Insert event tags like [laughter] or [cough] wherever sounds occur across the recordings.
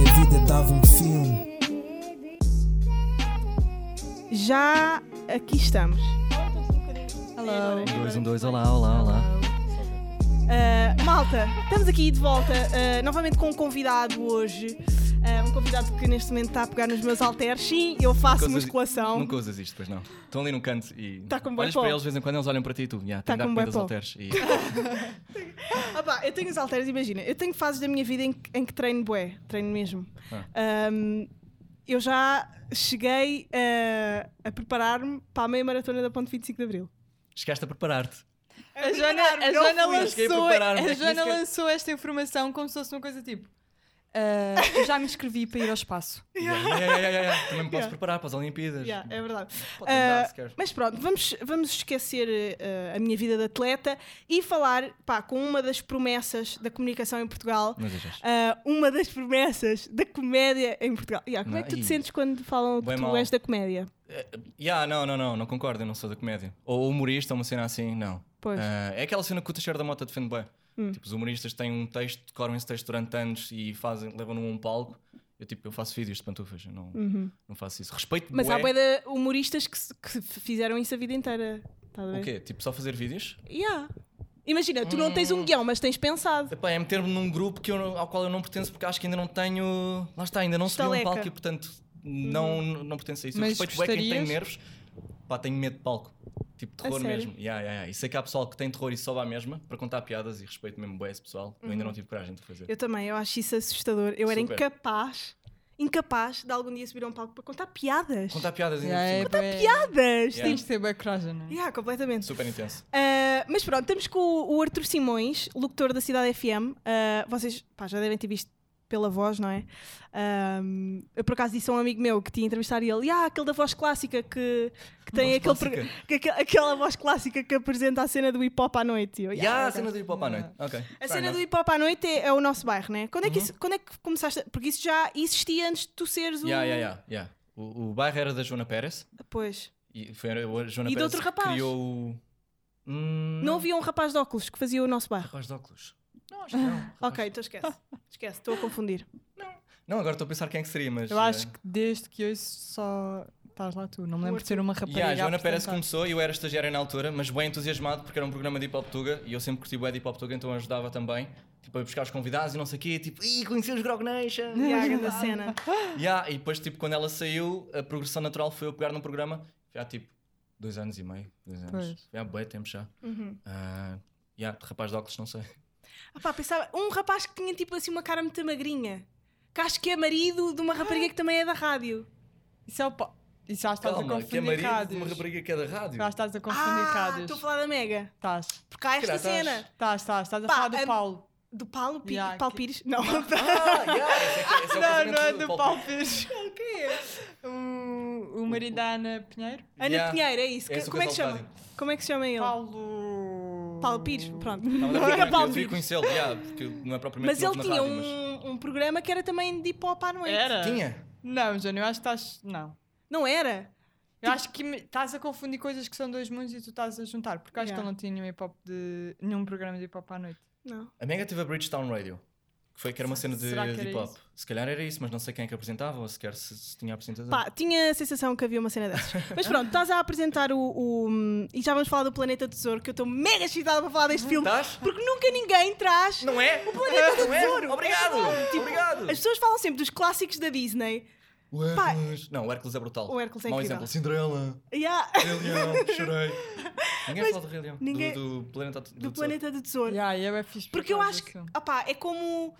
imaginava um filme. Já aqui estamos. Hello. Dois, um, dois, olá, olá, Assim olá. Ah, malta, estamos aqui de volta, ah, novamente com um convidado hoje. Ah, um convidado que neste momento está a pegar nos meus halteres. Sim, eu faço Nunca usas- musculação. Nunca usas isto, pois não. Estão ali num canto e. Tá com bué olhas pó. para eles de vez em quando, eles olham para ti e tu. Yeah, Tá tem de dar com bué comida aos pó. halteres. [laughs] E... Ah pá, eu tenho os halteres, imagina. Eu tenho fases da minha vida em que, em que treino bué, treino mesmo. Ah. Ahm, eu já cheguei ah, a preparar-me para a meia maratona da Ponte 25 de Abril. Chegaste a preparar-te. A Joana, a Joana Cheguei a lançou, preparar-me. a É que Joana nem sequer- lançou esta informação como se fosse uma coisa tipo. "Ah, eu já me inscrevi para ir ao espaço. Yeah, é, yeah, yeah, yeah, yeah. Também me posso Yeah. preparar para as Olimpíadas. Yeah, é verdade. Pode tentar, Ah, se queres. Mas pronto, vamos, vamos esquecer eh, a minha vida de atleta e falar pá, com uma das promessas da comunicação em Portugal. Não exageres. ah, uma das promessas da comédia em Portugal. Yeah, como Não, é que tu te ih. sentes quando falam que Bem tu mal. és da comédia? Eh, Yeah, não, não, não, não concordo, eu não sou da comédia. Ou humorista, uma cena assim, não. Pois. Hum. Ah, é aquela cena que o Teixeira da Mota defende bem. Tipo, os humoristas têm um texto, decoram esse texto durante anos e fazem, levam-no a um palco. Eu, tipo, eu faço vídeos de pantufas, eu não, não faço isso. Respeito Uhum. Mas bué. há bué de humoristas que, se- que se fizeram isso a vida inteira. Tá a ver? O quê? Tipo, só fazer vídeos? Yeah. Imagina, tu não Hum. tens um guião, mas tens pensado. Epá, é meter-me num grupo que eu não- ao qual eu não pertenço porque acho que ainda não tenho. Lá está, ainda não subi a um Estaleca. palco e portanto não, Uhum. não pertenço a isso. Mas eu respeito bué quem tem gostarias? nervos. Pá, tenho medo de palco. Tipo, terror sério? mesmo. Yeah, yeah, yeah. E sei que há pessoal que tem terror e sobe à mesma para contar piadas e respeito mesmo bué esse pessoal. Eu ainda não tive coragem de fazer. Uhum. Eu também, eu acho isso assustador. Eu era Super. incapaz, incapaz de algum dia subir a um palco para contar piadas. Contar piadas ainda Yeah, por é cima. bué- piadas! Yeah. Tipo, Tens de ter bem coragem, não é? yeah, completamente. Super intenso. Uh, mas pronto, estamos com o, o Arthur Simões, locutor da Cidade FM. Uh, vocês pá, já devem ter visto pela voz, não é? Um, eu por acaso disse a um amigo meu que tinha entrevistado e ele, ah, aquele da voz clássica que, que tem aquele Voz clássica. pro- que aquel- aquela voz clássica que apresenta a cena do hip hop à noite. E Eu, Yeah, "Yeah, a cena do hip hop à noite. Yeah. é? Ok. a fair cena do enough. hip hop à noite é, é o nosso bairro, né? Quando é, Uhum. que isso, quando é que começaste? a- Porque isso já existia antes de tu seres um o. Yeah, yeah, yeah, yeah. O, o bairro era da Joana Pérez. Pois. E foi a Joana E de Pérez outro que rapaz. criou o. Hum, Não havia um rapaz de óculos que fazia o nosso bairro. Rapaz de óculos. Não, acho que não. Rapaz [laughs] Ok, então esquece. [laughs] Esquece, estou a confundir. Não, agora estou a pensar quem é que seria, mas. Eu acho eh, que desde que hoje só estás lá tu. Não me lembro de ser uma rapariga. Yeah, a Joana apresentar. Pérez começou e eu era estagiário na altura, mas bem entusiasmado porque era um programa de hip hop tuga e eu sempre curti bué de hip hop tuga, então ajudava também. Tipo, a ir buscar os convidados e não sei o quê, tipo, ih, conheci os Grog [laughs] Nation! [laughs] Iaga da cena. Yeah, e depois, tipo, quando ela saiu, a progressão natural foi eu pegar num programa, já tipo, dois anos e meio, dois anos. Pois. Já bué tempo já. Uhum. Ah, yeah, de rapaz de óculos, não sei. Ah pá, pensava, um rapaz que tinha tipo assim uma cara muito magrinha. Que acho que é marido de uma rapariga que também é da rádio. Isso é o pó. Isso já estás a Calma, que é confundir marido de uma rádios. rapariga que é da rádio. Já estás a confundir Ah, rádios. estou a falar da Mega. Estás. Porque há esta Caralho, estás- cena. Estás, estás. Estás a Pá, falar do a- Paulo. Do Paulo, Pi Yeah, Paulo que- Pires? Não. [laughs] Ah, yeah, esse é que- esse é o Não, não é casamento do Paulo Pires. [laughs] O que é? O, o marido da Ana Pinheiro? Ana Yeah. Pinheiro, é isso. Esse Que- é o como é que casal chama? de Como é que se chama ele? Paulo, Paulo. Pires, pronto. Não, Não mas era eu Paulo devia Pires. conhecê-lo, yeah, porque não é propriamente Mas ele novo na tinha rádio, mas- um, um programa que era também de hip hop à noite. Era? Tinha? Não, Joana, eu acho que estás. Não. Não era? Tipo Eu acho que me- estás a confundir coisas que são dois mundos e tu estás a juntar, porque eu acho Yeah. que ele não tinha nenhum hip hop de. nenhum programa de hip hop à noite. Não. A Mega teve a Bridgetown Radio, que foi que era uma cena de Será que era hip hop. isso? Se calhar era isso, mas não sei quem é que apresentava ou sequer se, se tinha apresentador. Pá, tinha a sensação que havia uma cena [laughs] dessas. Mas pronto, estás a apresentar o, o- E já vamos falar do Planeta Tesouro, que eu estou mega excitada para falar deste filme. Estás? Porque nunca ninguém traz. Não é? O planeta do não é? tesouro. Obrigado! É verdade, tipo, Obrigado! As pessoas falam sempre dos clássicos da Disney. O pá. Hércules. Não, o Hércules é brutal. O Hércules é Mau incrível. exemplo. Cinderela, Yeah, Rei Leão, [laughs] chorei. Ninguém fala do Rei Leão. ninguém- Do, do planeta do, do tesouro. Planeta do Tesouro. Yeah, e é fixe por Porque eu causa acho que disso. opá, é como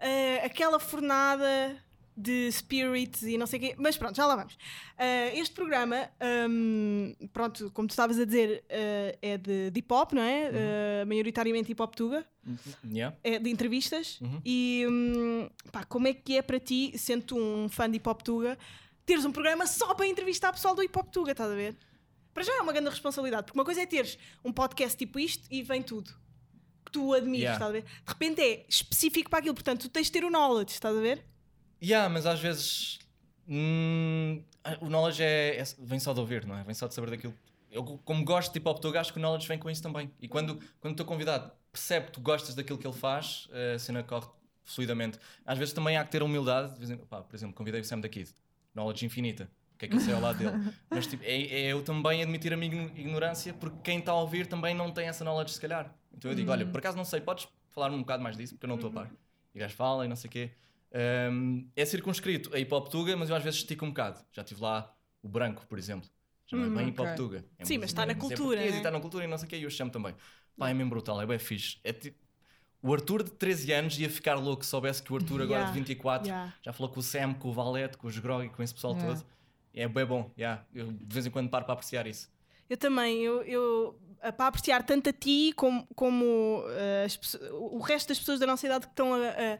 eh, aquela fornada de spirits e não sei o quê. Mas pronto, já lá vamos. Eh, este programa, hum, pronto, como tu estavas a dizer, eh, é de, de hip hop, não é? Uhum. Eh, maioritariamente hip hop tuga. Uhum. Yeah. é de entrevistas Uhum. e hum, pá, como é que é para ti, sendo tu um fã de Hip Hop Tuga, teres um programa só para entrevistar pessoal do Hip Hop Tuga, estás a ver? Para já é uma grande responsabilidade, porque uma coisa é teres um podcast tipo isto e vem tudo que tu admires, Yeah. estás a ver? De repente é específico para aquilo, portanto tu tens de ter o knowledge, estás a ver? Yeah, mas às vezes hum, a- o knowledge é, é- vem só de ouvir, não é? Vem só de saber daquilo. Eu, como gosto de hip hop, eu acho que o knowledge vem com isso também. E quando, quando o teu convidado percebe que tu gostas daquilo que ele faz, eh, a cena corre fluidamente. Às vezes também há que ter a humildade, de vez em- pá, por exemplo, convidei o Sam da Kid, knowledge infinita. O que é que eu sei ao lado [laughs] dele? Mas tipo, é, é eu também admitir a minha igno- ignorância, porque quem está a ouvir também não tem essa knowledge, se calhar. Então eu digo: olha, Uhum. por acaso não sei, podes falar um bocado mais disso, porque eu não estou a par. E o gajo fala e não sei o quê. Ahm, é circunscrito a hip-hop-tuga, mas eu às vezes estico um bocado. Já tive lá o branco, por exemplo. Já não é Hum, bem ok. hip-hop-tuga. É Sim, música, mas está na é cultura, português né? e Está na cultura e não sei o quê, e eu chamo também. Pá, é mesmo brutal, é bem fixe. É ti- o Arthur de 13 anos ia ficar louco se soubesse que o Arthur agora Yeah, de 24 yeah. já falou com o Sam, com o Valete, com os Grog e com esse pessoal Yeah. todo. É bem bom, yeah. eu de vez em quando paro para apreciar isso. Eu também, eu, eu ah, para apreciar tanto a ti como, como ah, as pesso- o resto das pessoas da nossa idade que estão a, a-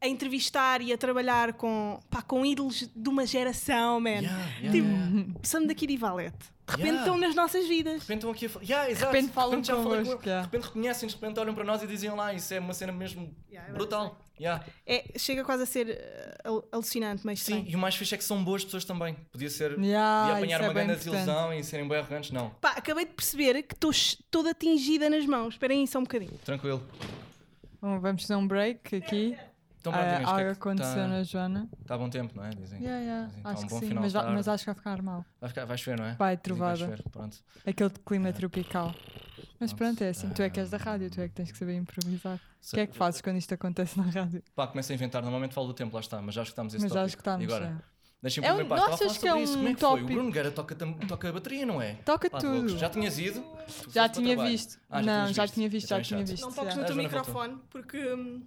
a entrevistar e a trabalhar com, pá, com ídolos de uma geração, man. Yeah, yeah, Tipo, yeah. De Sam daqui e Valete. De repente Yeah. estão nas nossas vidas. repente estão aqui a falar. Yeah, exato. repente falam De já falei com convosco, ele. yeah. De repente reconhecem, de repente olham para nós e dizem lá, isso é uma cena mesmo Yeah, eu brutal. Yeah. É, chega quase a ser ah, al- alucinante, mas sim. Sim, e o mais fixe é que são boas pessoas também. Podia ser. podia Yeah, apanhar isso é uma bem grande importante. desilusão e serem bem arrogantes, não. Pá, acabei de perceber que estou ch- toda atingida nas mãos. Esperem aí só um bocadinho. Tranquilo. Bom, vamos fazer um break aqui. Então, Ah, pronto, algo Inês, que aconteceu na está Joana. tá bom tempo, não é? Dizem. Yeah, yeah, Mas então, acho que bom sim, final mas, de va- mas tarde. acho que vai ficar mal. Vai, ficar, vai chover, não é? Vai, Dizem que vai trovada. chover, Pronto. Aquele É. clima tropical. Mas Pronto, pronto, é assim. Tu é que és da ah, rádio, tu é que tens que saber improvisar. O Se- que é que fazes quando isto acontece na rádio? Pá, começa a inventar. Normalmente falo do tempo, lá está, mas acho que estamos esse Mas tópico. acho que estamos. E agora? né? Deixem-me É um- primeiro, pá, estava a achas falar que é sobre isso. Como é um que foi? O tópico? Bruno Guerra toca, tam- toca a bateria, não é? Toca Pá, de tudo. loucos. Já tinhas ido? Tu Já foste para tinha trabalho. visto. Ah, não, tinhas já tinha visto, Então já é tinha chato. visto. Não toques já. no Ah, teu Joana, voltou. microfone, porque. hum,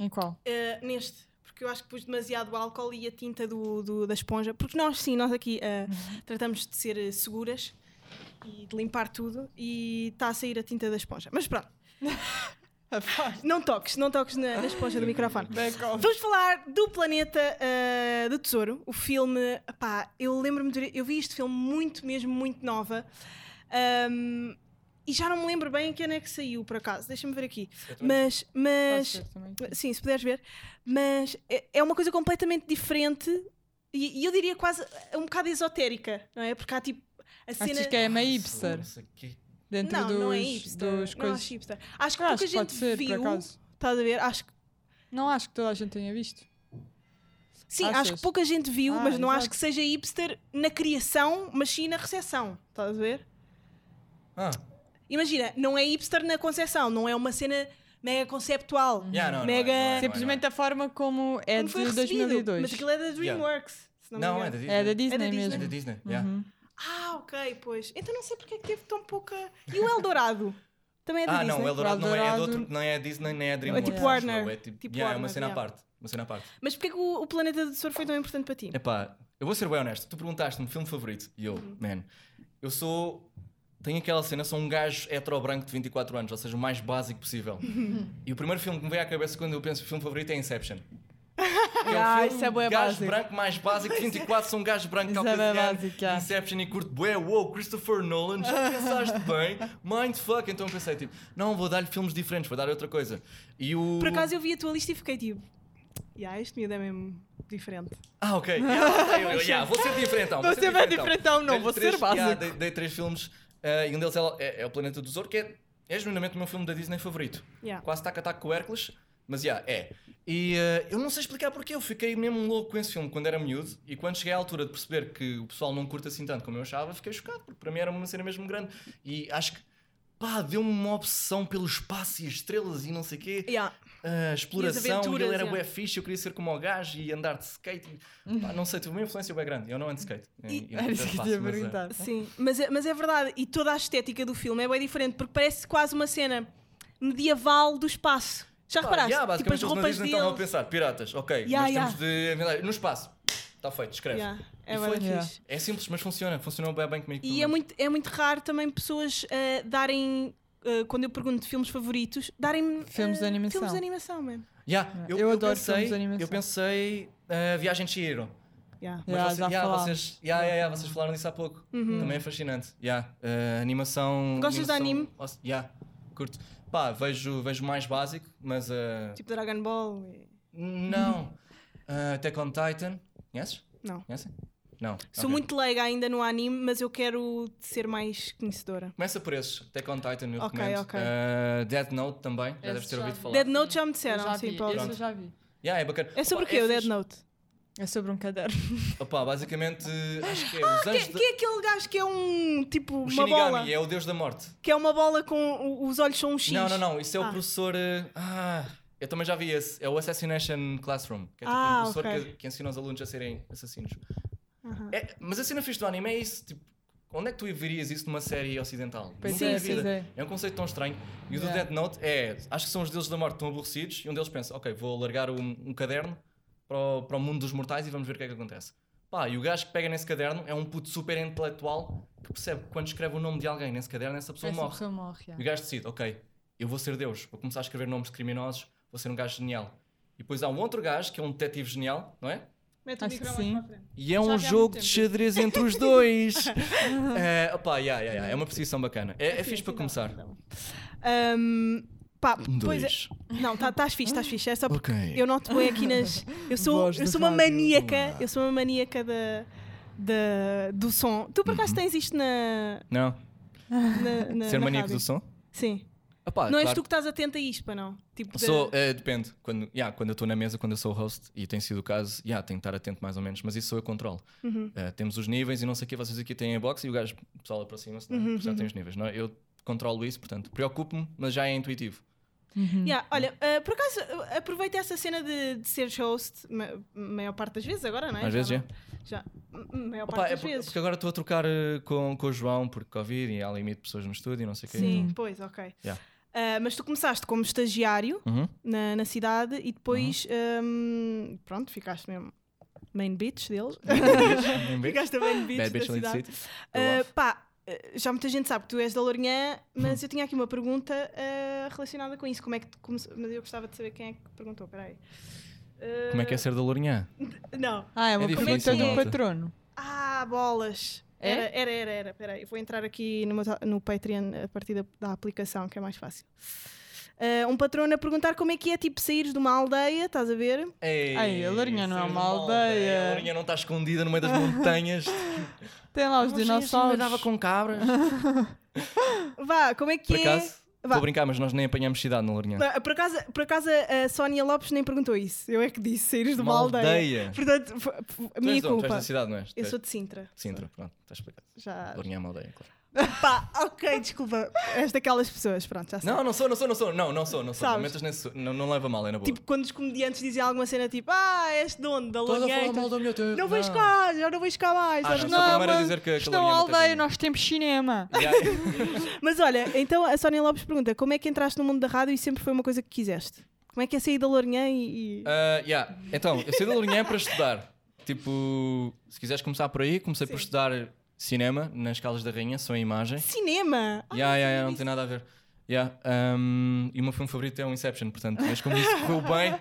Em qual? Uh, neste, porque eu acho que pus demasiado o álcool e a tinta do, do- da esponja, porque nós sim, nós aqui uh, Uhum. tratamos de ser uh, seguras e de limpar tudo e está a sair a tinta da esponja. Mas [laughs] pronto, não toques, não toques na, na esponja [laughs] do microfone. Back off. Vamos falar do Planeta uh, do Tesouro, o filme. Pá, eu lembro-me, de- eu vi este filme muito, mesmo, muito nova. um, e já não me lembro bem em que ano é que saiu, por acaso. Deixa-me ver aqui. Eu também- Mas, mas Pode ser também. Sim, se puderes ver. Mas é- é uma coisa completamente diferente e, e eu diria quase um bocado esotérica, não é? Porque há tipo a cena. Achas que é meio Nossa, hipster? nossa, que- Dentro não, dos, não é hipster. dos não coisas. acho hipster. Acho que Ah, pouca acho que pode gente ser, por viu. acaso. Estás a ver? Acho que, Não acho que toda a gente tenha visto. sim, acho Achas? que pouca gente viu, Ah, mas não acho exato. que seja hipster na criação, mas sim na recepção. Estás a ver? Ah, Imagina, não é hipster na concepção, não é uma cena mega conceptual. yeah, não, não é, Mega- não é, não é, Simplesmente a forma como é Como foi de recebido, 2002. Mas aquilo é da Dreamworks. se me Não, é engano. da Disney. É da Disney Disney. É da mesmo. Disney, yeah. Uhum. Ah, ok, pois. Então não sei porque é que teve tão pouca. E o Eldorado? Também é da Ah, Disney. não, o Eldorado não é de Eldorado- outro, não é a Disney, nem é a DreamWorks. tipo acho Warner. eu, É tipo, Tipo yeah, é uma Warner, cena yeah. à parte. Uma cena à parte. Mas porquê que o, o Planeta do Tesouro foi tão importante para ti? Epá, eu vou ser bem honesto. Tu perguntaste-me filme favorito e eu, Uhum. man, eu sou. Tenho aquela cena, sou um gajo hetero-branco de 24 anos, ou seja, o mais básico [laughs] possível. e o primeiro filme que me veio à cabeça quando eu penso em filme favorito é [laughs] Inception. Que um Ah, filme isso é bué gajo básico. branco mais básico, de 24 são um gajo branco Isso é bué caucasiano, básico, já. Inception e curto bué, wow, Christopher Nolan, [laughs] já pensaste bem, mindfuck. Então eu pensei, tipo, não, vou dar-lhe filmes diferentes, vou dar outra coisa. E o... Por acaso eu vi a tua lista e fiquei tipo. Yeah, este miúdo é mesmo diferente. Ah, ok. [laughs] Yeah, eu- eu- [laughs] yeah, vou ser diferentão. Vou ser bem diferentão, não, Dei-lhe vou ser três- básico. yeah, dei, dei três filmes eh, e um deles é, é- é O Planeta do Tesouro, que é, é genuinamente o meu filme da Disney favorito. Ah. Yeah. Quase taca taca com o Hércules, mas já, é. E eh, eu não sei explicar porque eu fiquei mesmo louco com esse filme quando era miúdo e quando cheguei à altura de perceber que o pessoal não curta assim tanto como eu achava, fiquei chocado, porque para mim era uma cena mesmo grande. E acho que, pá, deu-me uma obsessão pelo espaço e as estrelas e não sei o quê Yeah. a E as exploração, e aventuras, ele era é. bué fixe, eu queria ser como o gajo e andar de skate. e- pá, não sei, tive uma influência bem grande. Eu não ando de skate. E- não Era isso faço, que eu te ia mas, eh, perguntar. Sim, mas é, mas é verdade. E toda a estética do filme é bem diferente porque parece quase uma cena medieval do espaço. Já pá, reparaste? yeah, tipo basicamente as eles na roupas Disney dele. estavam a pensar, piratas, ok, Yeah, nós yeah. temos de inventar- No espaço. Está feito, escreve. Yeah, é E bué foi. fixe. Yeah. É simples, mas funciona. Funcionou bem, bem comigo. E pelo é menos. muito, é muito raro também pessoas ah, darem, ah, quando eu pergunto de filmes favoritos, darem Filmes de animação. Filmes de animação mesmo. Yeah, Yeah. eu, Eu eu adoro filmes pensei, de animação. Eu pensei eh, Viagem de Chihiro. Yeah. Uhum. Mas Yeah, vocês, já yeah, falámos. vocês, yeah, yeah, yeah, vocês falaram disso há pouco. Também é fascinante. Yeah. Uh, animação. Gostas de animação- anime? os- Yeah, curto. Pá, vejo, vejo mais básico, mas. uh, Tipo Dragon Ball. e- Não. Uh, Attack Eh, on Titan. Conheces? Não. Conhecem? Não. Sou Ok. muito leiga ainda no anime, mas eu quero ser mais conhecedora. Começa por esses. Attack on Titan, eu Ok, recomendo. ok. Ah, Dead Note também, já Esse deves ter já ouvido vi. falar. Dead Note já me disseram, assim, eu já sim, vi, Paulo. esse eu já vi. Yeah, é bacana. É sobre o Opa, quê, o Dead fixe. Note? É sobre um caderno. Opa, basicamente, acho que é os anjos Que, que é aquele gajo que é um, tipo, O uma Shinigami bola? é o deus da morte. Que é uma bola com o- os olhos são um X. Não, não, não. Isso é Ah. o professor. eh, Ah, eu também já vi esse. É o Assassination Classroom. Que é tipo Ah, um professor ok. que, que ensina os alunos a serem assassinos. Aham. É, mas a cena fixe do anime é isso. Tipo, onde é que tu verias isso numa série ocidental? Pois Nunca é, na pois vida. é. um conceito tão estranho. E o do Yeah. Dead Note é. Acho que são os deuses da morte que estão aborrecidos e um deles pensa: ok, vou largar um, um caderno para o, para o mundo dos mortais e vamos ver o que é que acontece. Pá, e o gajo que pega nesse caderno é um puto super intelectual que percebe que quando escreve o nome de alguém nesse caderno, essa pessoa um Essa é morre. É pessoa morre. E o Yeah. gajo decide, ok, eu vou ser Deus, vou começar a escrever nomes de criminosos, vou ser um gajo genial. E depois há um outro gajo que é um detetive genial, não é? Mete o Acho que micro sim. mais para a frente. E é Já vi há um muito jogo de tempo. xadrez entre [laughs] os dois. é, opa, yeah, yeah, yeah, é uma perseguição bacana. É, é Sim, fixe para sim, começar. tá bem. Ahm, pá, Um, pois é. dois. Não, estás fixe, estás fixe. É só porque Ok. eu noto bem aqui [laughs] nas. Eu sou, Voz eu do sou uma rádio. maníaca. Eu sou uma maníaca da, da- do som. Tu por Uhum. acaso tens isto na. Não, [laughs] na, na ser na maníaco rádio? do som? Sim. Opa, não és Ah, claro. tu que estás atenta a isto, pá, não? Tipo, da- Sou, eh, depende. Quando, yeah, quando eu estou na mesa, quando eu sou o host, e tem sido o caso, yeah, tenho que estar atento mais ou menos, mas isso sou eu que controlo. Uhum. Eh, temos os níveis e não sei o que, vocês aqui têm a box e o gajo, o pessoal aproxima-se, né? Uhum, já tem os níveis. Não? é? Eu controlo isso, portanto, preocupo-me, mas já é intuitivo. Yeah, olha, ah, por acaso ah, aproveita essa cena de, de ser host, ma- maior parte das vezes agora, não é? Às Já vezes não- é. Já, M- maior Opa, parte é das por- vezes. porque agora estou a trocar eh, com, com o João, porque Covid e há limite de pessoas no estúdio e não sei o que. Sim, pois, ok. Yeah. Ah, mas tu começaste como estagiário [laughs] Uhum. na, na cidade e depois, ahm, pronto, ficaste mesmo main bitch deles. Nem [laughs] bem. ficaste a main bitch Bad da Bitch Elite cidade. City. Ah, Eu love. pá, ah, já muita gente sabe que tu és da Lourinhã, Hum. mas eu tinha aqui uma pergunta ah, relacionada com isso. Como é que tu começou? Mas eu gostava de saber quem é que perguntou, peraí. Ah, Como é que é ser da Lourinhã? Não. Ah, é uma É difícil, pergunta do malta. patrono. Ah, bolas! É? Era, era, era, era. Peraí, vou entrar aqui no, meu ta- no Patreon a partir da, da aplicação, que é mais fácil. Ah, um patrono a perguntar como é que é, tipo, saíres de uma aldeia, estás a ver? Ei, Ai, a Lourinhã não é seres uma uma aldeia. A Lourinhã não está escondida no meio [laughs] das montanhas. Tem assim, lá os assim, dinossauros. com cabras. Vá, como é que Por é? acaso, Vá. estou a brincar, mas nós nem apanhamos cidade na Lourinhã. Ah, Por acaso, por acaso a Sónia Lopes nem perguntou isso. Eu é que disse saíres de uma, aldeia. Portanto, f- f- Tu minha és de onde? Tu és culpa. da cidade, não és? Tu Eu és sou de Sintra. de Sintra, pronto, está explicado. Já. Lourinhã é uma aldeia, claro. Pá, ok, desculpa. És daquelas pessoas, pronto, já sei. Não, não sou, não sou, não sou, não, não sou, não sou. Não, Sabes? metas nesse, não, não leva mal, é na boa. Tipo, quando os comediantes dizem alguma cena tipo, ah, és de onde? Da Estás a falar Lourinhã. mal da minha terra. Não vais cá, já não vais cá mais. Ah, já não, sou a primeira a mas dizer que a isto Lourinhã não é é uma aldeia, casinha. nós temos cinema. Yeah. Mas olha, então a Sónia Lopes pergunta: como é que entraste no mundo da rádio e sempre foi uma coisa que quiseste? Como é que é sair da Lourinhã e. e- Ah, yeah. Então, eu saí da Lourinhã para estudar. Tipo, se quiseres começar por aí, comecei por estudar cinema nas Calas da Rainha, só em imagem. Cinema! Ah, Yeah, yeah, yeah, não isso. tem nada a ver. Yeah, um, e o meu filme favorito é o Inception, portanto, mas como isso correu bem,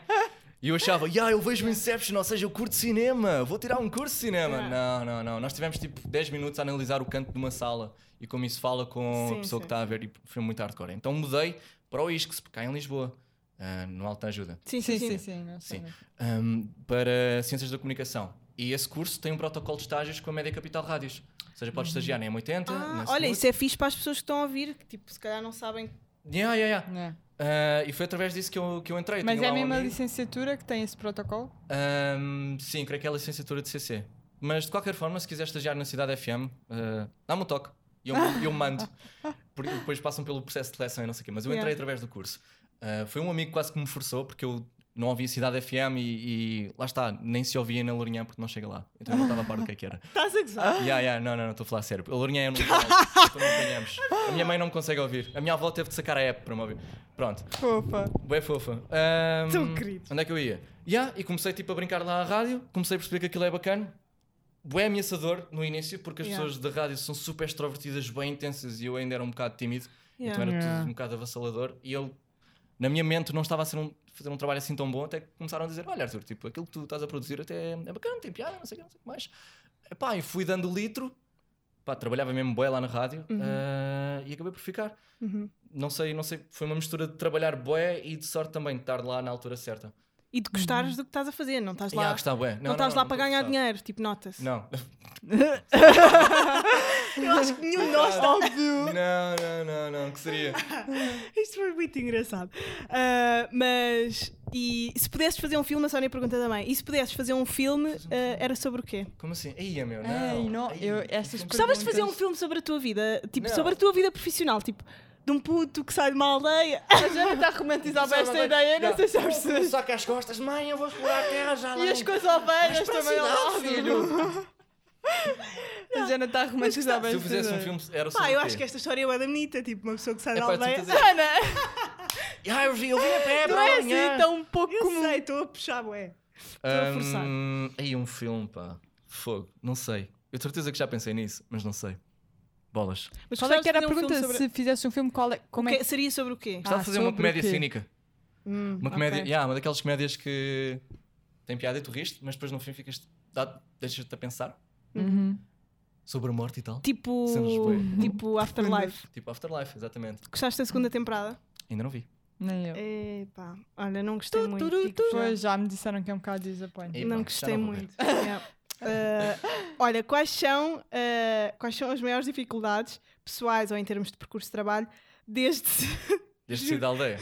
e eu achava, yeah, eu vejo o Inception, ou seja, eu curto cinema, vou tirar um curso de cinema. Yeah. Não, não, não. Nós tivemos tipo 10 minutos a analisar o canto de uma sala e como isso fala com Sim, a pessoa sim. que está a ver, e foi muito hardcore. Então mudei para o ISCS, cá em Lisboa, ah, no Alta Ajuda, Sim, sim, sim. sim. não sei. Sim. um, para Ciências da Comunicação. E esse curso tem um protocolo de estágios com a Média Capital Rádios. Ou seja, podes estagiar na M80, Uhum. Ah, na olha, Smooth. isso é fixe para as pessoas que estão a ouvir, que tipo, se calhar não sabem. Yeah, yeah, yeah. É. Ah, e foi através disso que eu, que eu entrei. Eu Mas tinha é lá um mesmo a amigo. licenciatura que tem esse protocolo? Ahm, sim, creio que é a licenciatura de CC. Mas de qualquer forma, se quiser estagiar na Cidade FM, ah, dá-me um toque. E eu, eu [laughs] mando. Porque depois passam pelo processo de seleção e não sei o quê. Mas eu entrei Yeah. através do curso. Ah, foi um amigo quase que me forçou, porque eu não ouvia Cidade FM e, e lá está, nem se ouvia na Lourinhã porque não chega lá. Então eu não estava a par do que é que era. Estás a gozar? [laughs] Yeah, yeah, não, não, não, estou a falar sério. A Lourinhã [laughs] eu não então não apanhamos. A minha mãe não me consegue ouvir. A minha avó teve de sacar a app para me ouvir. Pronto. Fofa. Bem fofa. Ahm, Tão querido. Onde é que eu ia? Yeah, e comecei tipo, a brincar lá à rádio, comecei a perceber que aquilo é bacana. Bué ameaçador no início, porque as Yeah. pessoas da rádio são super extrovertidas, bem intensas, e eu ainda era um bocado tímido, então Yeah. era Yeah. tudo um bocado avassalador. E eu, na minha mente, não estava a ser um- fazer um trabalho assim tão bom, até que começaram a dizer: Olha, Arthur, tipo, aquilo que tu estás a produzir até é bacana, tem piada, não sei o que, não sei o que mais. Epá, e fui dando litro, Pá, trabalhava mesmo bué lá na rádio, ah, e acabei por ficar Uhum. não sei, não sei, foi uma mistura de trabalhar bué e de sorte também de estar lá na altura certa. ah, e de gostares do que estás a fazer. Não estás lá, Yeah, gostava, ué. não, estás lá para ganhar gostava. dinheiro, tipo, nota-se. Não. [laughs] Eu acho que nenhum de nós está. Óbvio. não, não, não, não, que seria? Isto foi muito engraçado. Ah, mas, e se pudesses fazer um filme, a Sónia pergunta também, e se pudesses fazer um filme, Fazer um filme. ah, era sobre o quê? Como assim? Ei, meu, não. Ei, não, Ei, é eu- estas como- Gostavas de fazer um Perguntas. filme sobre a tua vida, tipo, Não. sobre a tua vida profissional, tipo, de um puto que sai de uma [laughs] aldeia. A Jana está a é romantizar bem esta ideia, não sei se já percebes. Só que às costas, mãe, eu vou explorar a terra já lá. E as em- coisas ovelhas também, para a ó cidade, filho. A Jana está a romantizar bem Se eu esta ideia. fizesse um filme, era sobre Pá, eu o quê? acho que esta história é bué da bonita, tipo, uma pessoa que sai É da pá, de aldeia. certeza. [laughs] Jana, Ah, eu vi, eu vi a pé, não é assim tão pouco Eu comum. sei, estou a puxar, ué. a forçar. Aí um filme, pá. Fogo. Não sei. Eu tenho certeza que já pensei nisso, mas não sei. Bolas. Mas Qual é que era a gostavas de fazer um pergunta? filme sobre- Se fizesse um filme, qual é, como o é quê? que... Seria sobre o quê? Gostava Ah, de fazer uma sobre o comédia quê? cínica. Hum, Uma comédia. ok. Yeah, uma daquelas comédias que tem piada e tu riste, mas depois no fim ficas. dá- Deixas-te a pensar Uhum. sobre a morte e tal. Tipo, Cenas bué. tipo Afterlife. Tipo Afterlife, exatamente. Gostaste da segunda temporada? Ainda não vi. Nem eu. Epá, olha, não gostei muito. digo já. Pois, já me disseram que é um bocado desapoio. E- Não Epá, gostei já não vou muito. [laughs] Yeah. Uh, olha, quais são, uh, quais são as maiores dificuldades pessoais ou em termos de percurso de trabalho desde [laughs] Desde que saí da aldeia.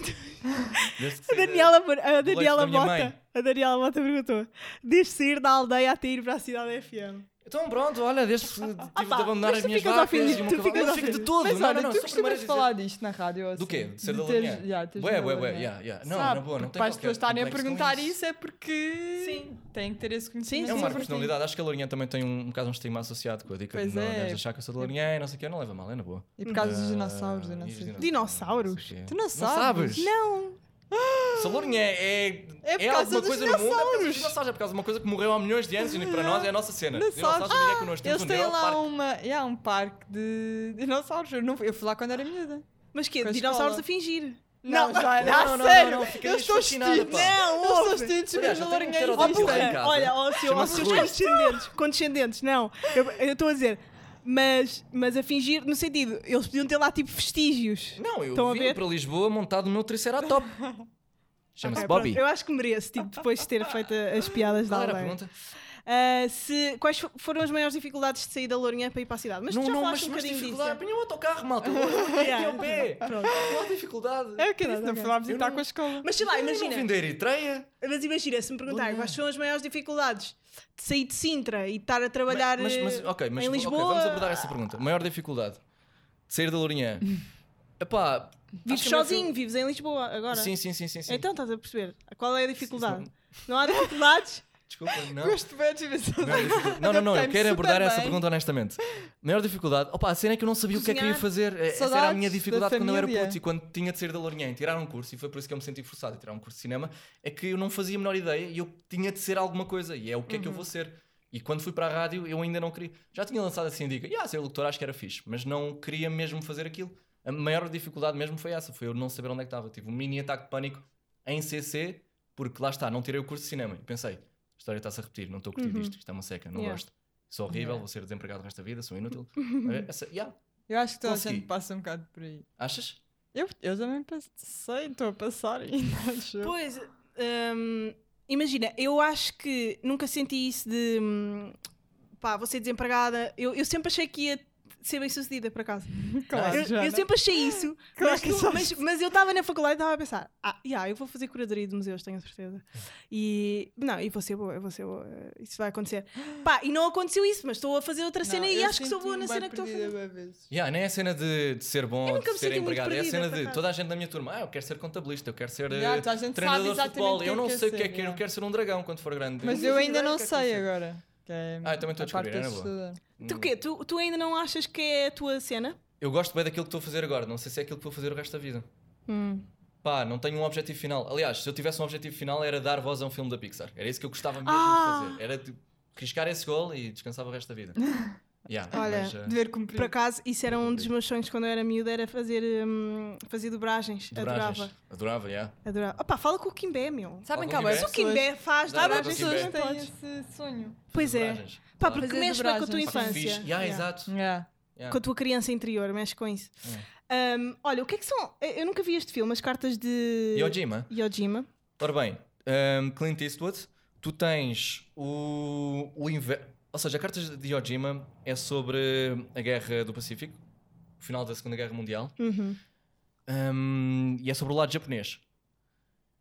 Desde que a saí da- Daniela, a do leite Daniela da minha mãe. Mota a Daniela Mota perguntou desde sair da aldeia até ir para a cidade FM Então pronto, olha, desde que tive de pá, abandonar mas as tu minhas ficas vacas ofendido, e o tu meu ficas cavalo. Eu fico de ofendido. todo. Mas não, olha, não, não, tu sou o primeiro a costumas dizer. falar disto na rádio, assim. Do quê? De ser da teres- Linha? yeah, teres Ué, da ué, ué, Linha. yeah, yeah. Não, Sabe, na boa, não porque tem para as qualquer pessoas estarem a complexo com perguntar isso. isso é porque Sim. têm que ter esse conhecimento. É um Sim, mar de sim, personalidade. Acho que a Lourinha também tem um, um bocado um estigma associado com a dica Pois de não é. deves achar que eu sou da Lourinha e não sei o quê. Não leva mal, é na boa. E por causa Ah, dos dinossauros, eu não e os sei. Dinossauros? não sei o quê. Tu não sabes? não Se a Lourinha é, é, É por é causa alguma dos coisa no mundo, é por causa dos dinossauros. É por causa de uma coisa que morreu há milhões de anos e para nós é a nossa cena. Não Dinossauros, sabes. amiga, é que nós temos Eles um têm lá parque. uma, yeah, um parque de [laughs] dinossauros. Eu, não, eu fui lá quando era miúda. mas que Com a dinossauros escola. a fingir Não, Não. [laughs] Ah, já Não, era. não, A não, não, sério, não, fiquei eu estou fascinada, estúpido. pá. Não, Eu sou ouve. estúpido, Aliás, mas já tenho não um larguei. Oh, pterodactyl burra, lá em casa. olha, ó, seu, ó, Chama-se seus Rui. condescendentes, condescendentes, não, eu estou a dizer, mas, mas a fingir, no sentido, eles podiam ter lá tipo vestígios. Não, eu Estão a vim ver? para Lisboa montado no meu [laughs] Triceratop. Chama-se Ok, Bobby. pronto, eu acho que mereço, tipo, depois de ter feito as piadas da Qual era a aldeia. pergunta? Ah, se, quais fo- foram as maiores dificuldades de sair da Lourinhã para ir para a cidade? Mas tu já falaste um bocadinho disso. dificuldade. Apanhei um autocarro, [laughs] malta. Aqui é o pé. Pronto. Não há dificuldade. É o que eu disse, não fui lá visitar não- com a escola. Mas então. sei lá, Imagina. imagina, vender Eritreia. mas imagina, se me perguntarem Lourinhã. quais são as maiores dificuldades de sair de Sintra e de estar a trabalhar mas, mas, oh, eh, ok, mas em ok, Lisboa, vamos abordar essa pergunta. Maior dificuldade de sair da [laughs] Lourinhã. Epá, vives acho que a minha sozinho, vives em Lisboa agora. Sim, sim, sim, sim. sim. Então estás a perceber? Qual é a dificuldade? Sim, Não há dificuldades? Desculpa, [laughs] não. Gosto bem de ver Não, dificuldade- Não, não, não, eu Adaptei-me quero super abordar essa bem. pergunta honestamente. Maior dificuldade, opa, a cena é que eu não sabia o que é que Cozinhar. queria fazer. Eh, Essa era a Saudades minha da dificuldade quando eu era família. puto e quando tinha de sair da Lourinhã e tirar um curso, e foi por isso que eu me senti forçado a tirar um curso de cinema, é que eu não fazia a menor ideia e eu tinha de ser alguma coisa, e é o que é que eu Uhum. vou ser. E quando fui para a rádio, eu ainda não queria. Já tinha lançado assim a dica, ah, ser locutor acho que era fixe, mas não queria mesmo fazer aquilo. A maior dificuldade mesmo foi essa, foi eu não saber onde é que estava. Tive um mini ataque de pânico em CC, porque lá está, não tirei o curso de cinema. E pensei, a história está-se a repetir, não estou a curtir Uhum. isto, isto é uma seca, não Yeah. gosto. Sou horrível, Yeah. vou ser desempregado o resto da vida, sou [laughs] inútil. Essa, yeah. Eu acho que toda a Consegui. gente passa um bocado por aí. Achas? Eu, eu também passei, estou a passar ainda. acho eu. Pois, hum, imagina, eu acho que nunca senti isso de hum, pá, vou ser desempregada. Eu, eu sempre achei que ia ser bem sucedida, por acaso. Claro, Eu, um Ah, Jana. eu sempre achei isso, [laughs] Claro mas, que tu- sabes. mas- mas eu estava na faculdade e estava a pensar: ah, yeah, eu vou fazer curadoria de museus, tenho a certeza. E não, e vou ser boa, eu vou ser boa, eh, isso vai acontecer. Pá, e não aconteceu isso, mas estou a fazer outra Não, cena e eu acho que sou boa na sinto-me bué cena que estou a perdida fazer. bué vezes. Yeah, nem é a cena de, de ser bom Eu ou nunca de me ser senti muito empregado, é a perdida, cena por de acaso. toda a gente da minha turma. Ah, eu quero ser contabilista, eu quero ser eh, Yeah, toda a gente sabe treinador de exatamente futebol. o que Eu é não que é sei o que é ser, que eu yeah. quero ser um dragão quando for grande. Mas Não eu faço ainda ideia do não que é que sei é isso. agora. que é Ah, eu também estou a a parte descobrir, é na de boa. estudar. Tu quê? Tu, tu ainda não achas que é a tua cena? Eu gosto bem daquilo que estou a fazer agora, não sei se é aquilo que vou fazer o resto da vida. Hum. Pá, não tenho um objetivo final. Aliás, se eu tivesse um objetivo final era dar voz a um filme da Pixar. Era isso que eu gostava mesmo Ah! de fazer. Era de riscar esse gol e descansava o resto da vida. Yeah, Olha, mas, eh, Dever Por cumprido. acaso, isso era um dos meus sonhos quando eu era miúda, era fazer, hum, fazer dobragens. dobragens. Adorava. Adorava, yeah. Adorava. Opá, fala com o Kimbé, meu. Sabem Algum que há bué universo? O Kimbé faz Dá Há Adorava bué o dobragens. Kimbé. pessoas que não têm podes. esse sonho. Pois é. Dobragens. Pá, Claro. porque Fazer mexe bem com a tua dobragens. Pá, que infância. fixe. Yeah, exato. Yeah. Yeah. Com a tua criança interior, mexe com isso. é Hum, olha, o que é que são. Eu eu nunca vi este filme, as cartas de. E eh? ao Jima? Yojima. Ora bem, um, Clint Eastwood, tu tens o, o inverno. Ou seja, a carta de Yojima é sobre a guerra do Pacífico, o final da Segunda Guerra Mundial, Uhum. um, e é sobre o lado japonês,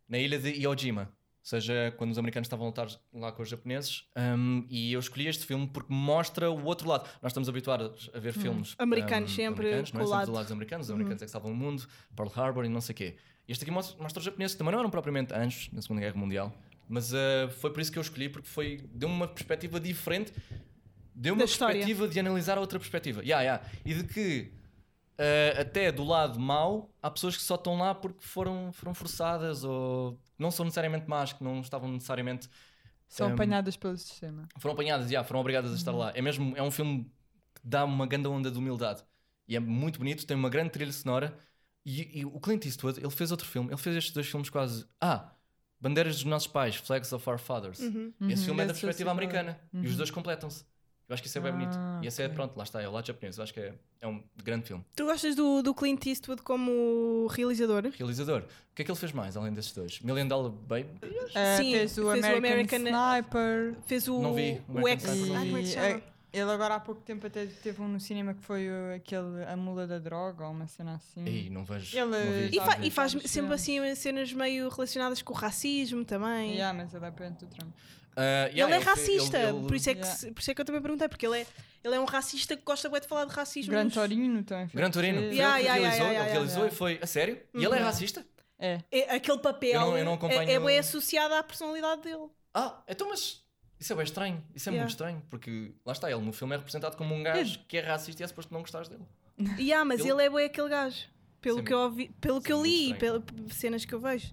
na ilha de Iojima. Ou seja, quando os americanos estavam a lutar lá com os japoneses, um, e eu escolhi este filme porque mostra o outro lado. Nós estamos habituados a ver filmes Hum. Americanos sempre, americanos, não é? com o Sempre do lado. Hum. lado dos americanos, os americanos é que salvam o mundo, Pearl Harbor e não sei o quê. E Este aqui mostra, mostra os japoneses, que também não eram propriamente anjos na Segunda Guerra Mundial, mas ah, foi por isso que eu escolhi, porque foi, deu uma perspectiva diferente, deu uma Da história. perspectiva de analisar a outra perspectiva. Yeah, yeah. E de que ah, até do lado mau, há pessoas que só estão lá porque foram, foram forçadas ou não são necessariamente más, que não estavam necessariamente. São Um, apanhadas pelo sistema. Foram apanhadas, yeah, foram obrigadas a estar Uhum. lá. É mesmo, é um filme que dá uma grande onda de humildade. E é muito bonito, tem uma grande trilha sonora. E, e o Clint Eastwood, ele fez outro filme, ele fez estes dois filmes quase. Ah, Bandeiras dos Nossos Pais, Flags of Our Fathers. Uhum. Esse filme é da Uhum. Esse eu perspectiva sei qual é. americana. E os dois completam-se. Eu acho que isso é bem bonito. Ah, E esse é, ok. pronto, lá está, é o lado japonês. Eu acho que é, é um grande filme. Tu gostas do, do Clint Eastwood como realizador? Realizador. O que é que ele fez mais além desses dois? Million Dollar Baby? Ah, Sim, fez o fez o American, American- né? Sniper. Fez o, Não vi, o American ex. Sniper não Ah, vi. como é que se E, chama? eh, ele agora há pouco tempo até teve um no cinema que foi o- aquele A Mula da Droga ou uma cena assim. Ei, não vejo. Ele- não vi. E, fa- sabe, e faz sabes, sempre é. assim cenas meio relacionadas com o racismo também. Yeah, mas ele é perante o Trump. Ah, Ele yeah, é fe- racista, ele- por, isso é que, yeah. se- por isso é que eu também perguntei, porque ele é, ele é um racista que gosta bué de falar de racismo. Gran nos- Torino também foi. Gran Torino. É. Foi Yeah, ele que yeah, yeah, realizou, yeah, ele yeah, Uhum. realizou yeah. e foi. A sério? E ele é Yeah. racista? É. É- aquele papel Eu não- eu não é- acompanho- é bem associado à personalidade [laughs] dele. Ah, então mas isso é bem estranho. Isso é Yeah. muito estranho, porque lá está, ele no filme é representado como um gajo que é racista e é suposto não gostares dele. E ah, mas Ele- ele, é bem aquele gajo. Pelo Sim, que eu, ouvi, pelo que eu muito li e estranho. pelas cenas que eu vejo.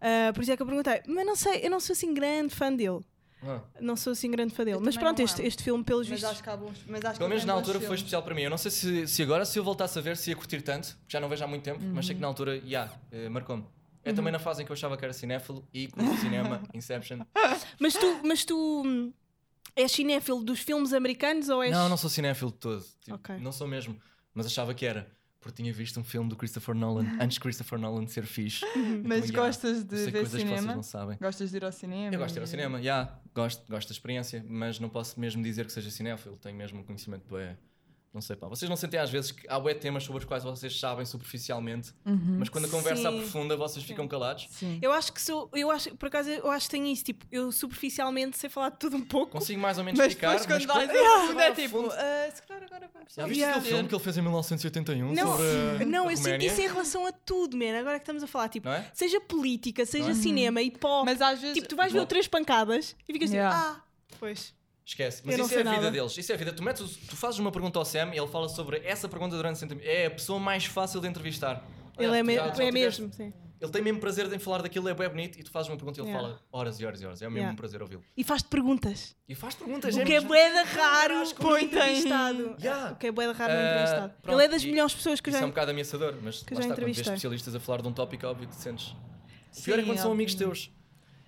Ah, por isso é que eu perguntei. Mas não sei, eu não sou assim grande fã dele. Ah. Não sou assim grande fã dele. Eu mas também pronto, não este, amo. este filme, pelos Mas vistos. acho que há bons. Mas acho que Pelo ele menos tem na bons altura foi filmes. especial para mim. Eu não sei se, se agora, se eu voltasse a ver, se ia curtir tanto, porque já não vejo há muito tempo, mas sei que na altura, já, eh, marcou-me. É também na fase em que eu achava que era cinéfilo e curto [laughs] cinema, Inception. Mas tu, mas tu hum, és cinéfilo dos filmes americanos ou és. Não, não sou cinéfilo de todo. Tipo, Ok. Não sou mesmo, mas achava que era. Porque tinha visto um filme do Christopher Nolan antes de Christopher Nolan ser fixe. Uhum. Mas Então, já, gostas eu de sei ver coisas que vocês cinema? não sabem. Gostas de ir ao cinema? Eu gosto de ir ao e- cinema, já, gosto, gosto da experiência, mas não posso mesmo dizer que seja cinéfilo, tenho mesmo um conhecimento bué, não sei pá. Vocês não sentem às vezes que há bué temas sobre os quais vocês sabem superficialmente, mas quando a conversa Uhum. Sim. aprofunda vocês ficam calados? Sim. Eu acho que sou. Eu acho, por acaso, eu acho que tenho isso. Tipo, eu superficialmente sei falar de tudo um pouco. Consigo mais ou menos Mas ficar, depois quando mas vais quando- [laughs] ao quando fundo vai é ao tipo, fundo- "Ah, se calhar agora vamos Já viste Yeah. aquele filme que ele fez em Não, 1981 sobre não, a eu sinto Roménia? isso em relação a tudo, man. Agora que estamos a falar, tipo, Não é? seja política, seja Não é? cinema e pop. Mas às vezes. tipo, tu vais ver o três pancadas e ficas Yeah. tipo, ah, pois. Esquece. Eu Mas não isso é sei a vida nada. deles. Isso é a vida. Tu, metes, o- tu fazes uma pergunta ao Sam e ele fala sobre essa pergunta durante 100 É a pessoa mais fácil de entrevistar. Ele Olha, é, tu me- Ah, já- já é tiveste- mesmo, sim. Ele tem mesmo prazer em falar daquilo, é bem bonito, e tu fazes uma pergunta e ele Yeah. fala horas e horas e horas. É o mesmo Yeah. prazer ouvi-lo. E faz-te perguntas. E faz perguntas, O é que é mesmo- boeda raro para um Põe-te em- entrevistado. Yeah. O que é boeda raro para um Ah, entrevistado. pronto, Ele é das e- melhores pessoas que eu Isso já. é um bocado ameaçador, mas Que lá já está, quando vês entrevistei. especialistas a falar de um tópico, óbvio que te sentes. O Sim, pior é quando são óbvio. amigos teus.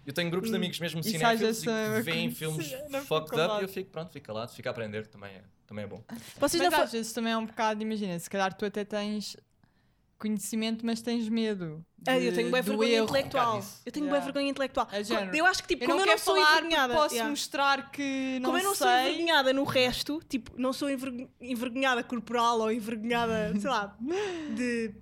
Eu tenho grupos de amigos mesmo E cinéfilos é sais e dessa- que veem filmes Sim, fucked não fico up e calado. eu fico, pronto, fico calado, fico a aprender, também é, também é bom. Vocês Mas não fa- às vezes também é um bocado, imagina, se calhar tu até tens conhecimento, mas tens medo. Ah, de- eu tenho bem do vergonha erro. Um intelectual. bocado isso. Eu tenho bem Yeah. vergonha intelectual. É género. Eu acho que tipo, Eu como não eu não quero sou falar porque envergonhada. posso yeah. mostrar que não Como eu não sou sei. envergonhada no resto, tipo, não sou enverg- envergonhada corporal ou envergonhada, sei lá, de. de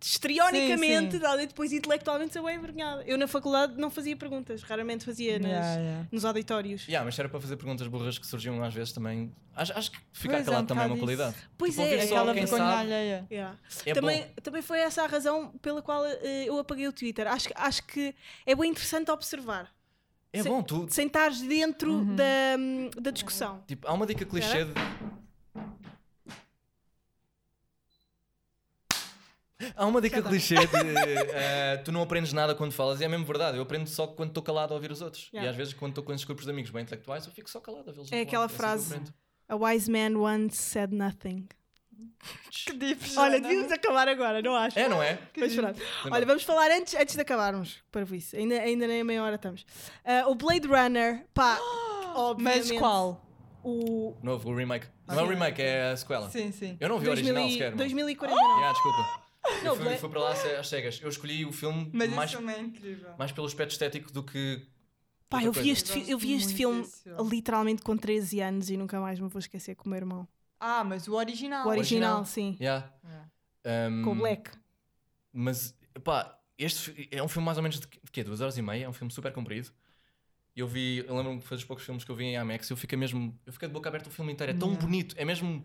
Estrionicamente, sim. dá- e depois intelectualmente sou bem envergonhada. Eu na faculdade não fazia perguntas, raramente fazia nas- Yeah, yeah. nos auditórios. Yeah, mas era para fazer perguntas burras que surgiam às vezes também. Acho, acho que ficar Pois, é calado um também é uma bocado qualidade. Pois Tipo, é, ouvir só É aquela quem vergonha sabe. alheia. Yeah. É também, bom. também foi essa a razão pela qual eh, eu apaguei o Twitter. Acho, que- acho que é bem interessante observar, É Sim. bom, tu, sem estares dentro Uhum. da, da discussão. Tipo, há uma dica clichê de... Há uma dica tá. clichê de eh, tu não aprendes nada quando falas, e é mesmo verdade. Eu aprendo só quando estou calado a ouvir os outros. E Yeah. às vezes, quando estou com esses grupos de amigos bem intelectuais, eu fico só calado a vê-los. a É falar. aquela assim que eu frase. aprendo. A wise man once said nothing. [laughs] Que deep, é? Olha, Joana. devíamos acabar agora, não acho? É, não é? Mas pronto. Olha, vamos falar antes, antes de acabarmos, para isso. Ainda, ainda nem a meia hora estamos. Ah, o Blade Runner, pá, obviamente. [gasps] Mas qual? O Novo, o remake. Não é o remake, é a sequela. Sim, sim. Eu não é? Ah! vi o original 2000 e- sequer. mano. 2049. Yeah, desculpa. Não, eu fui, Black- fui para lá às ce- às cegas. Eu escolhi o filme Mas mais, isso também é incrível. mais pelo aspecto estético do que. Pá, outra eu vi coisa. este, fi- eu Eu vi gosto este muito filme desse filme. literalmente com 13 anos e nunca mais me vou esquecer com o meu irmão. Ah, mas o original. O original, original. sim. Yeah. Yeah. Um, Com o Black. É Mas, pá, este fi- é um filme mais ou menos de, qu- de quê? Duas horas e meia? É um filme super comprido. Eu vi, eu lembro-me que foi dos poucos filmes que eu vi em IMAX. Eu fiquei mesmo, eu fiquei de boca aberta o filme inteiro. É tão Yeah. bonito, é mesmo.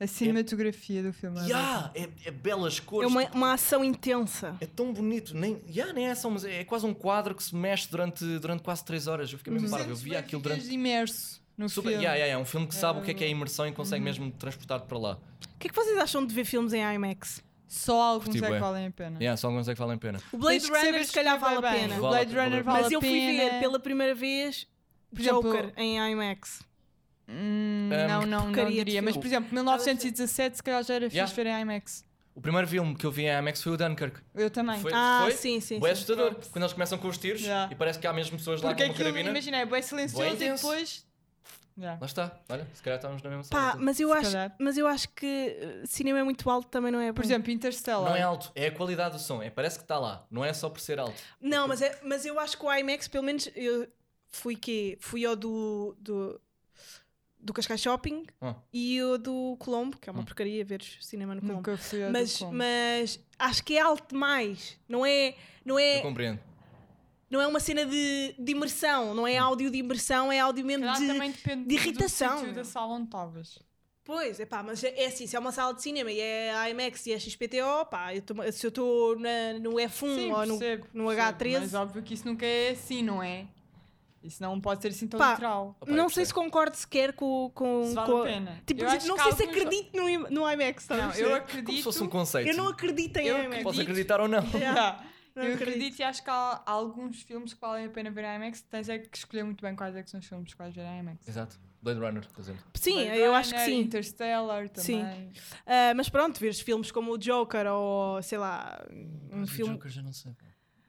A cinematografia do filme. é Yeah, é, é belas É cores. tipo, uma, uma ação intensa. É tão bonito, nem, yeah, nem é só, mas é é quase um quadro que se mexe durante, durante quase 3 horas. Eu fiquei bom. mesmo Tu parvo, eu sentes vi bem, aquilo é ficas durante. imerso no Super, filme. yeah, yeah, yeah, é um filme que É sabe o que é que é imersão e consegue Uhum. mesmo transportar para lá. O que é que vocês acham de ver filmes em IMAX? Só alguns Curti é bué. que valem a pena. Yeah, só alguns é que valem a pena. O Blade Tens que saber Runner se calhar vale escolher a bem. pena. O Vale a Blade pena, vale Runner vale Mas a eu fui pena. ver pela primeira vez Por exemplo, Joker em IMAX. Hum, Um, não, não, não porcaria de diria. Mas, por exemplo, 1917 se calhar já era Yeah. fixe ver em IMAX. O primeiro filme que eu vi em IMAX foi o Dunkirk. Eu também. Foi- Ah, foi? sim, sim. Bué sim. assustador. Quando eles começam com os tiros Yeah. e parece que há mesmo pessoas lá Porque com uma aquilo, carabina. imagina, é bem silencioso e intenso. depois... Yeah. Lá está. Olha, se calhar estávamos na mesma sala. Pá, tudo. mas eu, Se acho, calhar. mas eu acho que uh, cinema é muito alto também, não é? bom? Por exemplo, Interstellar. Não é alto, é a qualidade do som. É, parece que está lá. Não é só por ser alto. Não, mas, é, mas eu acho que o IMAX, pelo menos, eu fui quê? Fui ao do, do, do Cascais Shopping Ah. e o do Colombo, que é uma Hum. porcaria ver cinema no Colombo. Nunca fui a Mas, mas acho que é alto demais. Não é, não Eu é, compreendo. não é uma cena de, de imersão. Não é áudio de imersão, é áudio mesmo Calhar de. também depende de irritação, do sítio meu. da sala onde estavas. Pois, é pá, mas é é assim, se é uma sala de cinema e é IMAX e é XPTO, pá, eu tomo- se eu estou na- no F1 Sim, ou no percebo, no percebo, H13. Mas óbvio que isso nunca é assim, não é? Isso não pode ser assim tão Pá, literal. Opa, eu Não sei gostei. se concordo sequer com. com, Se vale com a pena. Tipo, Eu não acho que sei se alguns- acredito no, im- no IMAX. estás a Não, perceber? eu Como se acredito... fosse um conceito. Eu não acredito em Eu IMAX. Posso acredito. acreditar ou não. [laughs] Yeah. Não eu acredito. acredito. e acho que há alguns filmes que valem a pena ver em IMAX. Tens é que escolher muito bem quais é que são os filmes que vais ver em IMAX. Exato. Blade Runner, por exemplo. Sim, Blade eu acho que Runner, sim. Interstellar também. Sim. Ah, mas pronto, veres filmes como o Joker ou sei lá, um O filme. Joker já não sei.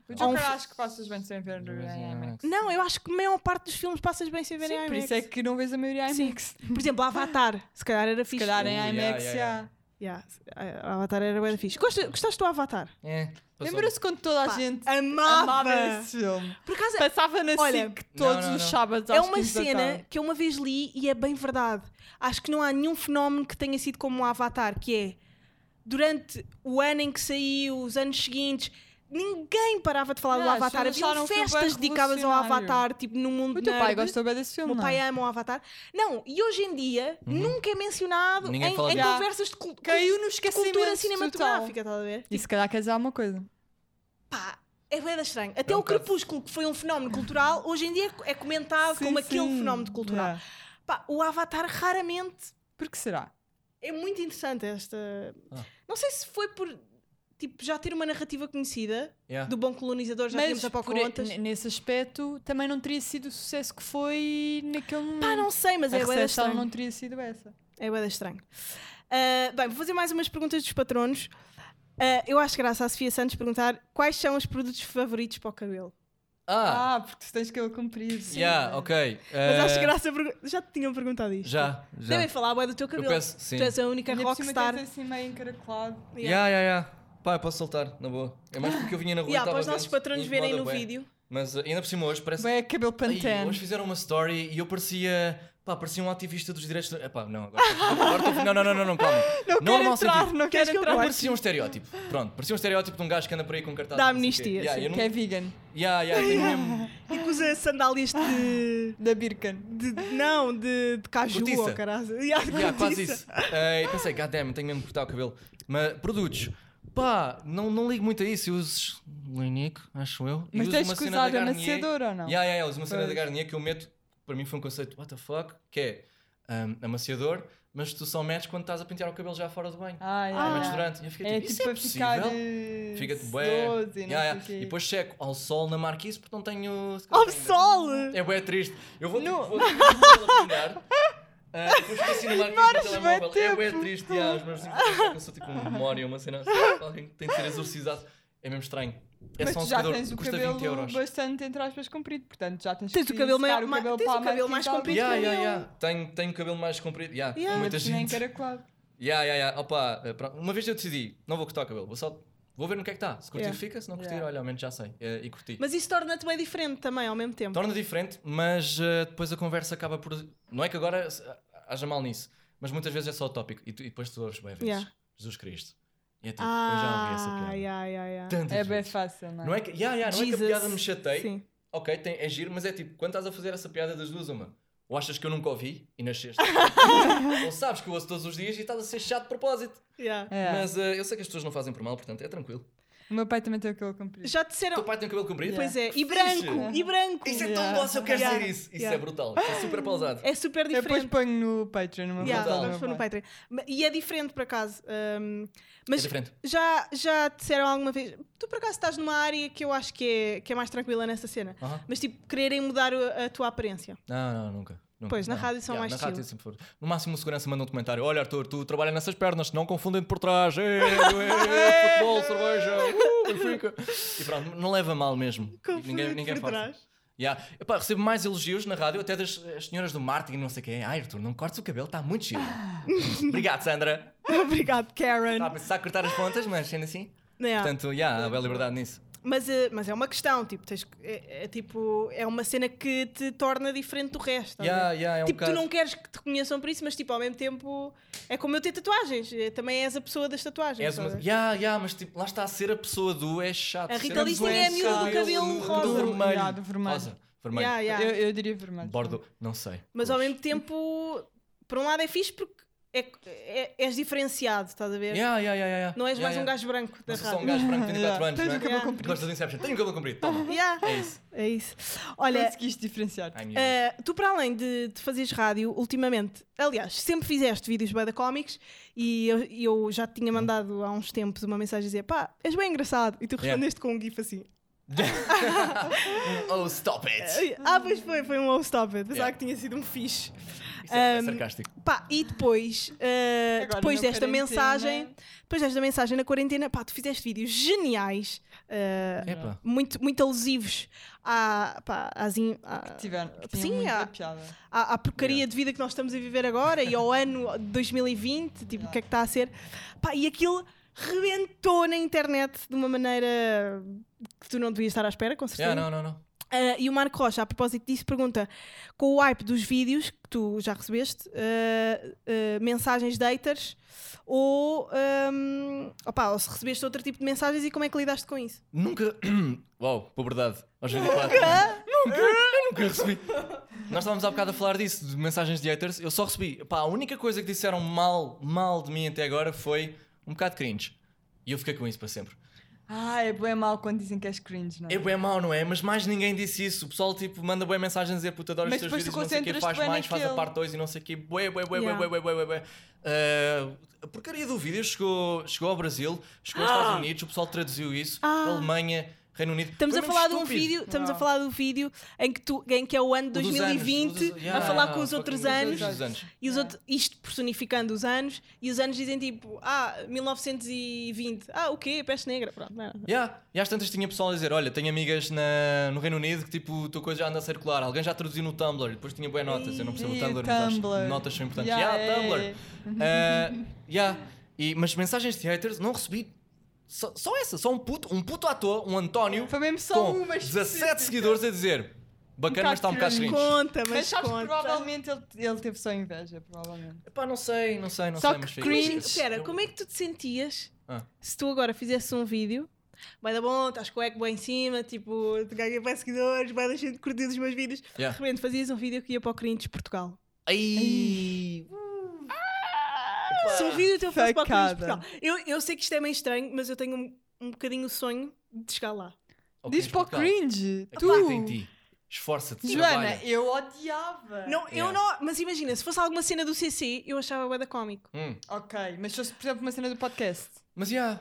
O Há Joker um fi- acho que passas bem sem ver em é IMAX. é, Não, eu acho que a maior parte dos filmes passas bem sem ver em Sim, IMAX. por isso é que não vês a maioria em Sim. IMAX. Se Por exemplo, Avatar, se calhar era fixe. calhar é. Uh, em yeah, IMAX, yeah, yeah. Yeah, a- a Avatar era bem fixe. Gosta- gostaste do Avatar? É. passou. Lembra-se quando toda a Pá, gente amava. amava esse filme? Por acaso, Passava na Assim Olha, SIC todos não, os não. sábados às É uma 15 da cena tarde. que eu uma vez li e é bem verdade. Acho que não há nenhum fenómeno que tenha sido como o Avatar, que é durante o ano em que saiu, os anos seguintes, ninguém parava de falar do Ah, as Avatar. pessoas Havia acharam um filme festas bem dedicadas ao revolucionário. Avatar, tipo no mundo O teu nerd. pai gostou bem desse O filme, meu não? é? pai ama o Avatar. Não, e hoje em dia nunca é mencionado Uhum. Ninguém em, fala em disso. conversas de cul- Caiu no é de esquecimento cultura total. cinematográfica, estás a ver? E se calhar quer dizer alguma coisa. Pá, é bem estranho. Até É um o bocado- Crepúsculo, que foi um fenómeno cultural, hoje em dia é comentado como aquele sim. fenómeno É. cultural. Yeah. Pá, o Avatar raramente Por que será? é muito interessante esta. Ah. Não sei se foi por tipo já ter uma narrativa conhecida Yeah. do bom colonizador, já tínhamos a por- Pocahontas. n- nesse aspecto também não teria sido o sucesso que foi naquele momento. Pá, não sei, mas a é bué da recepção estranho. não teria sido essa. É bué da estranho. Ah, bem, vou fazer mais umas perguntas dos patronos. Ah, eu acho graça à Sofia Santos perguntar quais são os produtos favoritos para o cabelo. Ah, Ah, porque tu tens cabelo comprido. yeah, ok. Mas Eh, acho graça. a pergu- Já te tinham perguntado isto. Já, já. Devem falar, bué do teu Eu cabelo. peço, sim. Tu és a única Ainda por cima é rockstar. tens assim meio encaracolado. Yeah. Yeah, yeah, yeah. Pá, eu posso soltar, na boa. É mais porque eu vinha na rua e Yeah, estava ah, para os nossos vento, patronos incomoda verem no bué. vídeo. Mas eh, ainda por cima hoje parece Bem, é cabelo Ai, pantene. hoje fizeram uma story e eu parecia. Pá, parecia um ativista dos direitos. do- Epá, não, agora. agora tô- não, não, não, não, não, calma. Não era [laughs] Não quero mau entrar, sentido. Queres não quero que eu entrar. Parecia um estereótipo. Pronto, parecia um estereótipo de um gajo que anda por aí com um cartaz. Da de não sei o quê. amnistia, Yeah, sim. eu não- Que é vegan. Yeah, yeah, tenho [laughs] mesmo- E que usa sandálias de. Da Birken. De, não, de, de caju Cortiça. ou caralho. Yeah, Yeah, quase cortiça. isso. Eh, e pensei, god damn, tenho mesmo que cortar o cabelo. Mas produtos. Pá, não, não ligo muito a isso. Eu uso Linique, acho eu. E Mas uso tens uma que cena da usar a Garnier. amaciadora ou não? Yeah, yeah, yeah, uso uma cena da Pois. Garnier que eu meto, para mim foi um conceito, what the fuck, que é ahm, amaciador, mas tu só metes quando estás a pentear o cabelo já fora do banho. Ah, Ah, yeah, metes yeah. durante. E eu fiquei É tipo, isso tipo é para ficar. possível? eh, Fica-te bué. sedoso e não Yeah, yeah. sei o E quê. depois checo ao sol na marquise porque não tenho... se calhar Ao tenho- sol! É bué triste. Eu vou, No. no... vou, vou, vou [laughs] pingar. Ah, depois fico assim na marquise do Demoras bué telemóvel. É bué tempo. triste, yeah, os meus cinco eu sou tipo um demónio, uma cena assim, alguém que tem de ser exorcizado. É mesmo estranho. É Mas só um tu já secador, tens o custa cabelo 20 euros. bastante, entre aspas, comprido. Portanto, já tens, Tens que o cabelo secar maior- ma- cabelo tens para o a cabelo marquinha mais de algum- comprido. Yeah, Comprido yeah, yeah. Tenho, tenho cabelo mais comprido. Yeah, Yeah, muita Sim, gente. encaracolado. Yeah, yeah, yeah. Opa, eh, pronto. uma vez eu decidi, não vou cortar o cabelo, vou só. Vou ver no que é que está. Se curtir, Yeah. fica. Se não curtir, Yeah. olha, ao menos já sei. Eh, E curti. Mas isso torna-te bem diferente também ao mesmo tempo. Torna diferente, mas eh, depois a conversa acaba por. Não é que agora se- haja mal nisso, mas muitas vezes é só o tópico e, tu- e depois tu ouves bem vezes. Yeah. Jesus Cristo. E é tipo, eu já ouvi essa Ah, piada. yeah, yeah, yeah. Tantas É bem vezes. fácil, não é? Não é que, yeah, yeah, não é que a Jesus. piada me chateia, Sim. ok, tem, é giro, mas é tipo, quando estás a fazer essa piada das duas, uma, ou achas que eu nunca ouvi [laughs] e nasceste, ou sabes que eu ouço todos os dias e estás a ser chato de propósito. Yeah. É. Mas eh, eu sei que as pessoas não fazem por mal, portanto é tranquilo. O meu pai também tem aquele comprido. Já O disseram. teu pai tem cabelo comprido? Pois é. E Fixe. branco, e branco. Isso é tão Yeah. bom se eu quero Yeah. ser isso. Isso Yeah. é brutal. Isso é super pausado. É super Eu depois diferente. ponho no Patreon, numa Yeah, Brutal. vamos pôr no Patreon. Ma- E é diferente, por acaso. hum, É mas diferente. já, já disseram alguma vez. Tu, por acaso, estás numa área que eu acho que é, que é mais tranquila nessa cena. Aham. Mas, tipo, quererem mudar o- a tua aparência. Não, não, nunca. nunca. Pois, na Não. rádio são mais Na rádio chill. sempre foram. No máximo, o segurança manda um comentário: Olha, Arthur, tu trabalha nessas pernas, não confundem-te por trás. [laughs] Ê, ê, futebol, cerveja, uh, Benfica. E pronto, não leva mal mesmo. Tipo, ninguém Confundido ninguém por faz. trás. Yeah. Epá, recebo mais elogios na rádio, até das eh, senhoras do marketing, não sei quem. Ai, Arthur, não cortes o cabelo, está [laughs] muito chill. Obrigado, Sandra. [laughs] Obrigado, Karen. Está a precisar cortar as pontas, mas sendo assim. Yeah. Tá, Portanto, yeah, há bela liberdade nisso. Mas, eh, mas é uma questão, tipo, tens, que- é, é tipo, é uma cena que te torna diferente do resto. estás a Yeah, ver? yeah, é um tipo, tu bocado- não queres que te conheçam por isso, mas tipo, ao mesmo tempo é como eu ter tatuagens, eh, também és a pessoa das tatuagens. És uma... estás a ver? É Ya, ya, mas tipo, lá está a ser a pessoa do é chato. A ser Rita Lee pessoa Singh é a miúda do chato. cabelo Do rosa. vermelho. Ya, do vermelho. Rosa, vermelho. Yeah, yeah. Eu, eu diria vermelho. então. Bordo, não sei. Mas Cores. ao mesmo tempo, por um lado é fixe porque é, é- és diferenciado, estás a ver? Ya, ya, ya, ya, ya. Não és Ya, mais ya. um gajo branco da Não sou só um rádio. [laughs] gajo branco de 24 Yeah. anos, Tens não é? o cabelo Yeah. comprido. Gosto do Inception. Tenho o cabelo comprido, toma. [laughs] Yeah, É isso. é isso. Olha, Conseguiste diferenciar. Ai, miúda. Uh, tu, para além de, de fazeres rádio, ultimamente, aliás, sempre fizeste vídeos bada cómics e eu, e eu já Uhum. te tinha mandado há uns tempos uma mensagem a dizer pá, és bem engraçado. E tu Yeah. respondeste com um gif assim. oh, stop it. Ah, pois foi, foi um oh stop it. Pensava Yeah. que tinha sido um fixe. Isso é, é Um, sarcástico. Pá, e depois, uh, Agora depois na desta quarentena- mensagem, depois desta mensagem na quarentena, pá, tu fizeste vídeos geniais, uh, Epa. muito, muito alusivos à, pá, às, in- à- Tiveram, que Sim, tinham muita há- piada. à, à porcaria de vida que nós estamos a viver agora e ao ano de 2020, tipo, o que é que está a ser? Pá, e aquilo rebentou na internet de uma maneira que tu não devias estar à espera, com certeza. Ya, não, não, não. Ah, e o Marco Rocha, a propósito disso, pergunta: com o hype dos vídeos que tu já recebeste, ah, ah, mensagens de haters ou, ahm, opá, ou se recebeste outro tipo de mensagens e como é que lidaste com isso? Nunca. [clears throat] Uau, puberdade. Aos 24. Nunca! Nunca! [laughs] Eu nunca recebi. Nós estávamos há bocado a falar disso, de mensagens de haters. Eu só recebi. Pá, a única coisa que disseram mal, mal de mim até agora foi um bocado cringe. E eu fiquei com isso para sempre. Ah, é bem mal quando dizem que és cringe, não é? É bué mau, não é? Mas mais ninguém disse isso. O pessoal, tipo, manda bué mensagens a dizer puta, adoro os Mas teus depois vídeos, tu não sei o quê, faz concentras-te bué mais, faz a naquele. parte 2 e não sei o quê. Bué, bué, bué, Yeah. bué, bué, bué, bué, bué. Ah, a porcaria do vídeo chegou, chegou ao Brasil, chegou aos Estados Unidos, o pessoal traduziu isso, Ah. Alemanha, Reino Unido. Estamos Foi a mesmo falar de um estúpido. vídeo, estamos a Não. falar do vídeo em que, tu, em que é o ano de O dos anos, 2020, o dos- yeah, a falar yeah, com os fucking outros dos anos, dos anos. e os Yeah. outros, isto personificando os anos, e os anos dizem tipo, ah, 1920, ah, o quê? Peste negra, pronto, não, é não. Yeah. E às tantas tinha pessoal a dizer: Olha, tenho amigas na- no Reino Unido que tipo, tua coisa já anda a circular. Alguém já traduziu no Tumblr. Depois tinha boas notas. Eu não percebo o Ih, Tumblr, mas acho Tumblr. que notas são importantes. Yeah, Yeah, é, Tumblr. é, é. [laughs] Uh, yeah. E, mas mensagens de haters não recebi. Só, só essa, só um puto, um puto ator, um António, Foi mesmo só um, com uma 17 específica. seguidores a dizer: Bacana, bocado mas está um bocado cringe. cringe. Conta, mas, Mas sabes que conta. provavelmente ele, ele teve só inveja, provavelmente. Epá, não sei, não sei, não Só sei. que mas fica. Mas, cringe. espera, como é que tu te sentias Ah. se tu agora fizesse um vídeo? Vai dar bom, estás com o eco bem em cima, tipo, te ganhei bem seguidores, vai deixar de curtir os meus vídeos. Yeah. De repente fazias um vídeo que ia para o Corinthians, Portugal. Ai. Epá. Se um vídeo teu fosse para o Corinthians Facada. Portugal. Eu, eu sei que isto é meio estranho, mas eu tenho um, um bocadinho o sonho de chegar lá. Ao Diz para o Portugal. cringe. Acredita em Tu! ti. Esforça-te. Joana, trabalha. eu odiava. Não, eu Yeah. não, mas imagina, se fosse alguma cena do CC, eu achava bué da cómico. Hum. Ok, mas se fosse, por exemplo, uma cena do podcast. Mas yeah,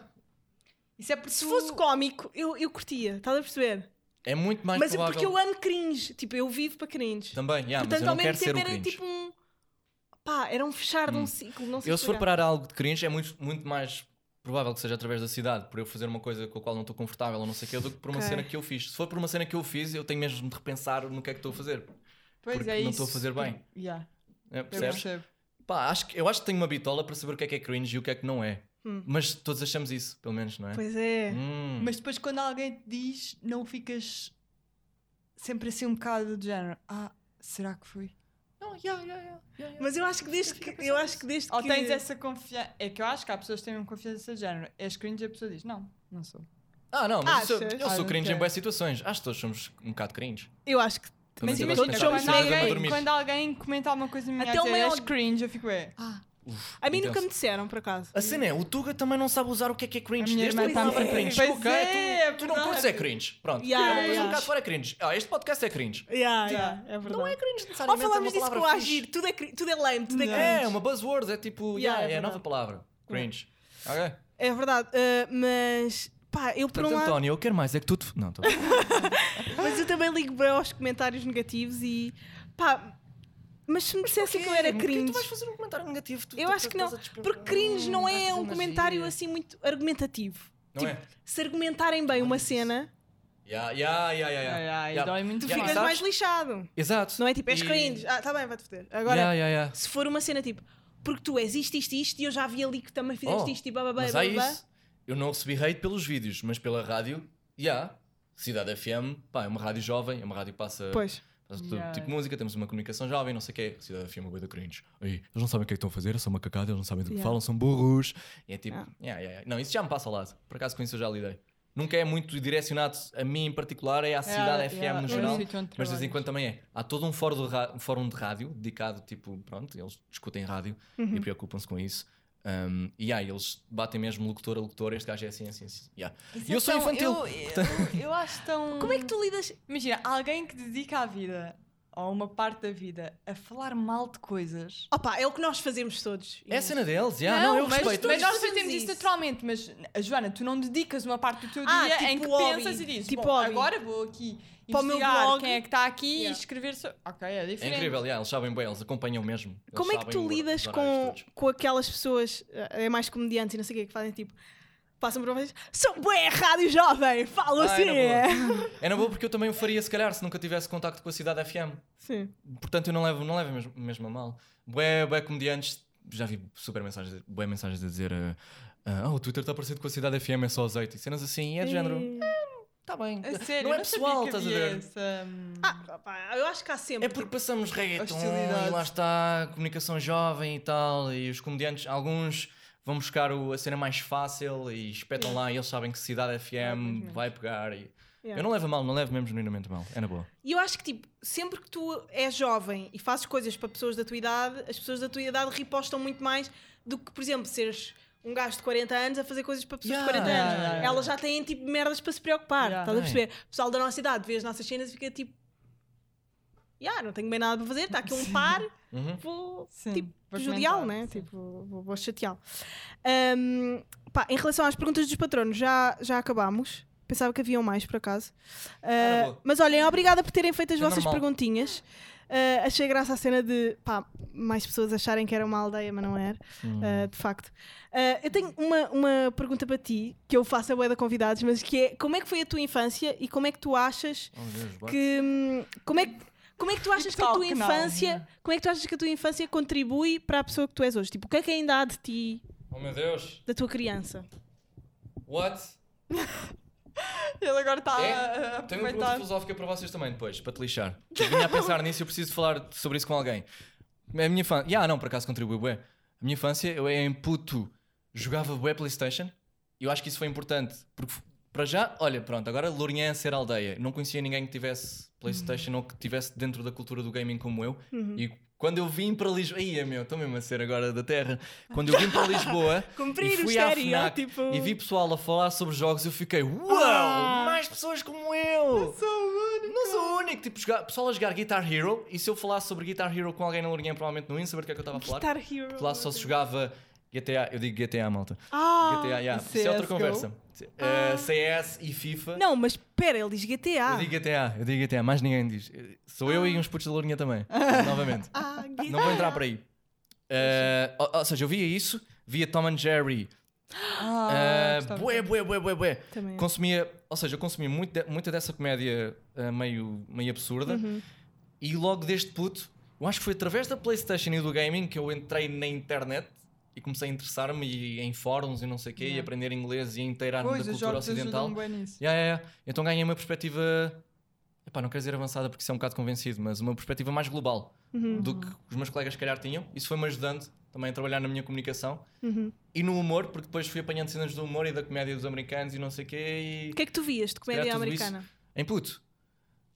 Isso é porque Se tu- fosse cómico, eu, eu curtia, estás a perceber? é muito mais Mas é provável. porque eu amo cringe, tipo, eu vivo para cringe. Também, yeah, mas Portanto, eu ao não quero mesmo ser tempo um era cringe. Hum. tipo um. pá, era um fechar de um ciclo, não sei Eu se for explicar. parar algo de cringe é muito, muito mais provável que seja através da cidade, por eu fazer uma coisa com a qual não estou confortável ou não sei o quê, do que por uma Ok. cena que eu fiz. Se for por uma cena que eu fiz, eu tenho mesmo de repensar no que é que estou a fazer. Pois porque é não isso. estou a fazer bem. Yeah, É, eu percebes? percebo. Pá, acho que, eu acho que tenho uma bitola para saber o que é que é cringe e o que é que não é. Hum. Mas todos achamos isso, pelo menos, não é? Pois é. Hum. Mas depois quando alguém te diz, não ficas sempre assim um bocado do género. Ah, será que foi? Não, yeah, yeah, yeah, yeah, Mas eu acho que desde fico a que. pensar Eu acho que desde Ou que. tens essa confiança. É que eu acho que há pessoas que têm uma confiança desse género. És cringe e a pessoa diz, não, não sou. Ah, não, mas eu sou, Achas? eu Ah, sou não cringe em quero. boas situações. Acho que todos somos um bocado cringe. Eu acho que. Pelo menos Mas imagina, eu gosto de pensar todos que somos quando, precisamos de mega- dormir. alguém, quando alguém comenta alguma coisa minha, Até Até o maior- és cringe, eu fico, é. Ah, A mim Intenso. nunca me disseram, por acaso. A cena é, o Tuga também não sabe usar o que é que é cringe. A minha Desde irmã que tá-me não é sempre cringe. cringe. Ok, Pois é, tu, tu não verdade. curtes é cringe. Pronto. Yeah, Cada coisa yeah. um bocado fora é cringe. Ah, este podcast é cringe. Yeah, Já. yeah, é verdade. Não é cringe Ou necessariamente. é uma falámos disso palavra com o fixe. agir, tudo é, cri- tudo é lame, tudo é Não. cringe. É, uma buzzword, é tipo, Yeah, yeah, é é a nova verdade. palavra. Cringe. Ok. É verdade, ah, mas pá, eu por um Portanto, lado, António, eu quero mais, é que tu. te- [laughs] Não, estou mas eu também ligo bem aos comentários negativos e pá, mas se me dissessem que eu era Tu cringe, vais fazer um comentário negativo. Tu, eu tu- acho tu que não, estás a despre- porque cringe não é estás a um magia. comentário assim muito argumentativo. Não é? Se argumentarem bem uma cena, Yeah, yeah, yeah, yeah, yeah. ai, ai, Yeah. dói muito. tu Yeah. fica- ficas Sabes? mais lixado. Exato. é. Não é tipo, és E- cringe, ah, tá bem, vai-te foder. Agora, Yeah, yeah, yeah. se for uma cena tipo, porque tu és isto, isto, isto, e eu já vi ali que também fizeste Oh, isto e bababá, Mas há bababá. isso. Eu não recebi hate pelos vídeos, mas pela rádio, já. Cidade FM, pá, é uma rádio jovem, é uma rádio que passa, Pois. passa todo Yeah. tipo de música, temos uma comunicação jovem, não sei o quê. Cidade FM é bué da cringe. Aí, eles não sabem o que é que estão a fazer, são macacada, eles não sabem do que Yeah. falam, são burros. E é tipo, Ah. yeah, yeah, yeah. não, isso já me passa ao lado. Por acaso com isso eu já lidei. Nunca é muito direcionado a mim em particular, é à Cidade FM yeah, no no geral. sítio onde Mas de vez em trabalhas. quando também é. Há todo um fórum de, ra- um fórum de rádio dedicado, tipo, pronto, eles discutem rádio e preocupam-se com isso. Um, e aí eles batem mesmo locutor a locutor, este gajo é assim, assim, assim. Yeah. Isso E eu é sou tão- infantil. Eu, [laughs] eu, eu acho tão. Como é que tu lidas? Imagina, alguém que dedica a vida, ou uma parte da vida, a falar mal de coisas. Opa, é o que nós fazemos todos. É a cena deles, yeah, não, eu mas, respeito. É mas nós Todos é fazemos fazemos isso isso. naturalmente. Mas, Joana, tu não dedicas uma parte do teu Ah, dia tipo em que hobby, pensas e dizes: tipo Bom, hobby. agora vou aqui Para o meu investigar blog. quem é que está aqui Yeah. e escrever. so- Ok, é É diferente. incrível, yeah, eles sabem bem, eles acompanham mesmo. Eles Como é que sabem tu o- lidas os horários com, todos. com aquelas pessoas, eh, é mais comediantes e não sei o quê, que fazem tipo, passam por vocês, sou bué, rádio jovem, falo Ah, assim. era É na boa porque eu também o faria, se calhar, se nunca tivesse contacto com a cidade FM. [laughs] Sim. Portanto, eu não levo, não levo mesmo, mesmo a mal. Bué, bué comediantes, já vi super mensagens, bué mensagens a dizer ah, ah, o Twitter está parecido com a cidade FM, é só azeite. E cenas assim, e é de género. Está bem. A sério, não é eu sabia pessoal, que estás a havia ver? essa, hum, Ah, opá, eu acho que há sempre. É porque passamos reggaeton Hostilidade. e lá está a comunicação jovem e tal. E os comediantes, alguns vão buscar o- a cena mais fácil e espetam lá e eles sabem que Cidade FM menos. vai pegar. E... Yeah. Eu não levo a mal, não levo mesmo genuinamente a mal. É na boa. E eu acho que, tipo, sempre que tu és jovem e fazes coisas para pessoas da tua idade, as pessoas da tua idade ripostam muito mais do que, por exemplo, seres um gajo de 40 anos a fazer coisas para pessoas Yeah. de 40 anos. Yeah, yeah, yeah. Elas já têm, tipo, merdas para se preocupar. Yeah. Estás a perceber? O pessoal da nossa idade vê as nossas cenas e fica tipo. Yeah, não tenho bem nada para fazer, está aqui um par, Uhum. vou, Sim, tipo, vou judiá-lo, comentar, né? sim. Tipo, vou, vou chateá-lo. Ahm, pá, em relação às perguntas dos patronos, já, já acabámos. Pensava que haviam mais, por acaso. Ora, Ah, boa. mas olhem, obrigada por terem feito as É vossas normal. perguntinhas. Ah, achei graça a cena de pá, mais pessoas acharem que era uma aldeia, mas não era, Ah, de facto. Ah, eu tenho uma, uma pergunta para ti, que eu faço a boia de convidados, mas que é como é que foi a tua infância e como é que tu achas Oh, Deus, bora. que hum, como é que como é que tu achas que a tal tua que não? infância como é que tu achas que a tua infância contribui para a pessoa que tu és hoje tipo o que é que ainda há de ti Oh, meu Deus. da tua criança What? Ele agora está É? a Tenho uma pergunta aproveitar. filosófica para vocês também depois, para te lixar. Eu vinha a pensar nisso e eu preciso de falar sobre isso com alguém. A minha infância... Ah, não, por acaso contribuiu bué. A minha infância, eu em puto jogava bué Playstation. Eu acho que isso foi importante, porque f- para já, olha, pronto, agora Lourinhã é ser aldeia. Não conhecia ninguém que tivesse Playstation ou que tivesse dentro da cultura do gaming como eu. Uhum. E quando eu vim para Lisboa... Ia, meu, estou mesmo a ser agora da terra. Quando eu vim para Lisboa... [laughs] Cumprir e o fui à estereótipo. FNAC E vi pessoal a falar sobre jogos, eu fiquei, uau, Ah! mais pessoas como eu. Não sou o único. Não sou o único. Tipo, joga- pessoal a jogar Guitar Hero, e se eu falasse sobre Guitar Hero com alguém na Lourinhã, provavelmente não ia saber o que é que eu estava a falar. Guitar Hero Lá só se jogava GTA, eu digo GTA, malta. ah, GTA, yeah. Isso é outra CSGO. conversa. Eh, CS e FIFA. não ah. mas espera ele diz GTA Eu digo GTA, eu digo GTA, mais ninguém diz. Eh, Sou eu e uns putos da Lourinhã também, novamente. ah, GTA. Não vou entrar por aí. Eh, ou, ou seja, eu via isso, via Tom and Jerry, Ah, eh, gostava bué, tanto. bué, bué, bué, bué. também Consumia, ou seja, eu consumia eh, Uhum. muito de- muita dessa comédia ah, meio, meio absurda e logo desde puto Eu acho que foi através da PlayStation e do gaming que eu entrei na internet e comecei a interessar-me e em fóruns e não sei o quê, e Yeah. aprender inglês e inteirar-me da Pois, os cultura jogos ocidental. ajudam bem nisso. Yeah, yeah, yeah. Então ganhei uma perspectiva. Epá, não quero dizer avançada porque isso é um bocado convencido, mas uma perspectiva mais global Uhum, do que os meus colegas, se calhar, tinham. Isso foi-me ajudando também a trabalhar na minha comunicação uhum. e no humor, porque depois fui apanhando cenas do humor e da comédia dos americanos e não sei o quê. O E... que é que tu vias de comédia calhar tudo americana? Em puto,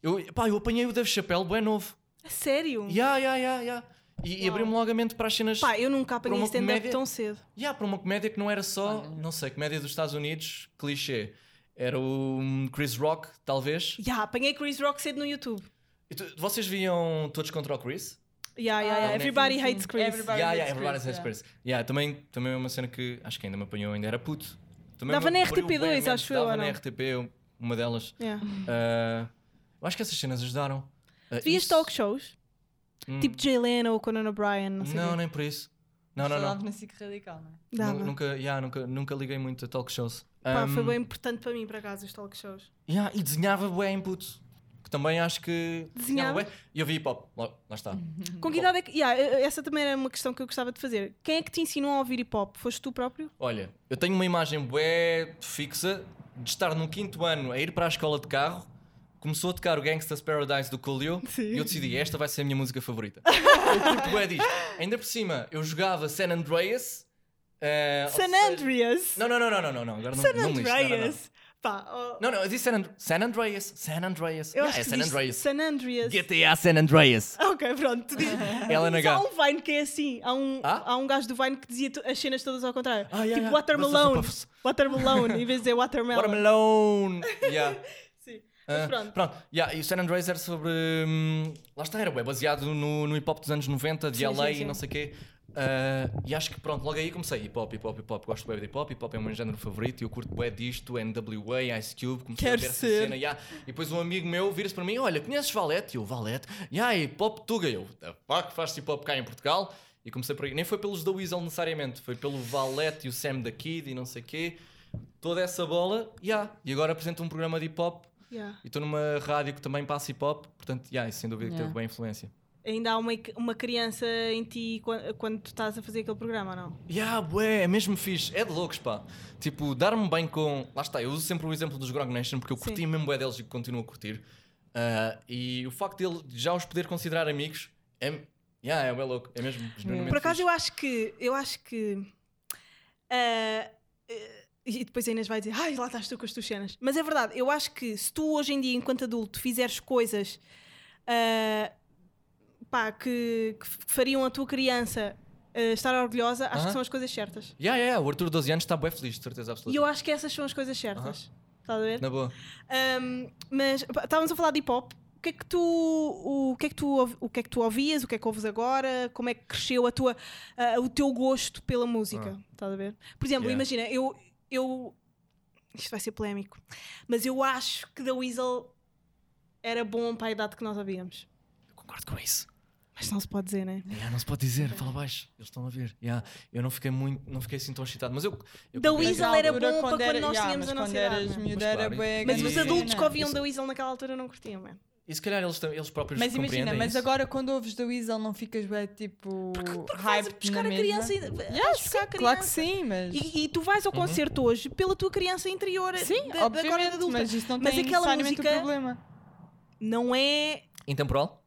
eu, epá, eu apanhei o Dave Chappelle, bem novo. A sério? Yeah, yeah, yeah, yeah. E, e Uau. abriu-me logo a mente para as cenas. Hum. Pá, eu nunca apanhei uma stand-up comédia- tão cedo. Yeah, para uma comédia que não era só, Olha. não sei, comédia dos Estados Unidos, clichê. Era o hum, Chris Rock, talvez. Yeah, apanhei Chris Rock cedo no YouTube. E tu- vocês viam Todos contra o Chris? Yeah, yeah, yeah. Ah, Everybody sim, sim. hates Chris. Everybody- yeah, yeah, hates Everybody Chris, Hates yeah. Chris. Yeah, também, também é uma cena que acho que ainda me apanhou, ainda era puto. Também Dava me na abriu RTP2, bem a mente, acho eu, Dava ou na não? Hum. RTP, uma delas. Yeah. Ah, eu acho que essas cenas ajudaram. Ah, Vias isso- talk shows? Hum, Tipo Jay Leno ou Conan O'Brien, não sei. Não, o quê. nem por isso. Não, não, Só não. dava na SIC radical, não é? Dava. Nu- Nunca, yeah, nunca, nunca liguei muito a talk shows. Pá, Ahm, foi bem importante para mim, para casa, os talk shows. Yeah, e desenhava bué input. Que também acho que. Desenhava? bué. E eu vi hip hop. Lá, lá está. Com que idade é que. Yeah, eh, essa também era uma questão que eu gostava de fazer. Quem é que te ensinou a ouvir hip hop? Foste tu próprio? Olha, eu tenho uma imagem bué fixa de estar no quinto ano a ir para a escola de carro. Começou a tocar o Gangsta's Paradise do Coolio Sim. e eu decidi, esta vai ser a minha [laughs] música favorita. eu curto bué disto. Ainda por cima, eu jogava San Andreas. eh, ou San seja- Andreas! Não, não, não, não, não, não, não. Agora não, San não me lixe, não, não, não. Andreas! Pá, oh, Não, não, eu disse San, And- San Andreas. San Andreas. eu Yeah, acho é que San disse Andreas. San Andreas. GTA San Andreas. Ok, pronto, tu dizes. Ela Mas há um Vine que é assim. Há um, Ah? há um gajo do Vine que dizia tu- as cenas todas ao contrário. Ah, yeah, tipo yeah. Watermelon. Mas- Watermelon, em vez de dizer Watermelon. Watermelon! yeah. [laughs] Sim. Ah, Mas pronto. yeah, E o San Andreas era sobre. hum, lá está, era bué baseado no, no hip hop dos anos 90, de Sim, LA sim, sim. e não sei o quê. Ah, e acho que pronto, logo aí comecei hip hop, hip hop, hip hop. Gosto bué de hip hop, hip hop é o meu género favorito. e Eu curto bué disto, NWA, Ice Cube. Comecei Quero a ver ser. essa cena. yeah. E depois um amigo meu vira-se para mim: Olha, conheces Valete? E eu, Valete. Yeah, e hip hop Tuga. E Eu, "The fuck, faz hip hop cá em Portugal. E comecei por aí. Nem foi pelos da Weasel necessariamente, foi pelo Valete e o Sam da Kid e não sei o quê. Toda essa bola, yeah. e agora apresento um programa de hip hop Yeah. e estou numa rádio que também passa hip hop, portanto, yeah, isso sem dúvida que Yeah. teve bem influência. Ainda há uma, uma criança em ti quan- quando tu estás a fazer aquele programa, ou não? Yeah, bué, é mesmo fixe, é de loucos, pá. Tipo, dar-me bem com. Lá está, eu uso sempre o exemplo dos Grog Nation porque eu curti Sim. mesmo bué deles e continuo a curtir. Ah, e o facto dele já os poder considerar amigos é. Yeah, é bué louco, é mesmo. genuinamente Por acaso fixe. eu acho que eu acho que ah, eh, e depois a Inês vai dizer, ai, lá estás tu com as tuas cenas. Mas é verdade, eu acho que se tu hoje em dia, enquanto adulto, fizeres coisas ah, pá, que, que f- fariam a tua criança ah, estar orgulhosa, acho que Aham. são as coisas certas. Yeah, yeah, yeah, o Arthur 12 anos está bué feliz, de certeza absoluta. E eu acho que essas são as coisas certas. Estás a ver? Na boa. Um, mas pá, estávamos a falar de hip hop. O que, é que tu, o, que é que tu, ouv- o que é que tu ouvias? O que é que ouves agora? Como é que cresceu a tua, ah, o teu gosto pela música? Estás a ver? Por exemplo, Yeah. imagina, eu, eu. Isto vai ser polémico, mas eu acho que The Weasel era bom para a idade que nós ouvíamos. Eu concordo com isso. Mas não se pode dizer, né? Yeah, não se pode dizer, fala baixo, eles estão a ver. Yeah, eu não fiquei muito, não fiquei assim tão excitado, mas eu. eu The compreendo. Weasel Naquela era altura, bom para quando era- nós yeah, tínhamos mas a nossa quando eras idade, não é? miúda Mas era claro, bué Mas Sim. os grande adultos que cena. ouviam Isso- The Weasel naquela altura não curtiam, mesmo. E se calhar eles, tam- eles próprios Mas compreendem imagina, mas isso. agora quando ouves The Weasel não ficas bem tipo hype buscar a na criança mesma? e. Yeah, vais buscar a sim, Claro que criança. sim, mas E, e tu vais ao concerto hoje pela tua criança interior sim, da, da agora obviamente, de adulta. mas isso não Mas tem aquela necessariamente música- o problema. Não é, Intemporal?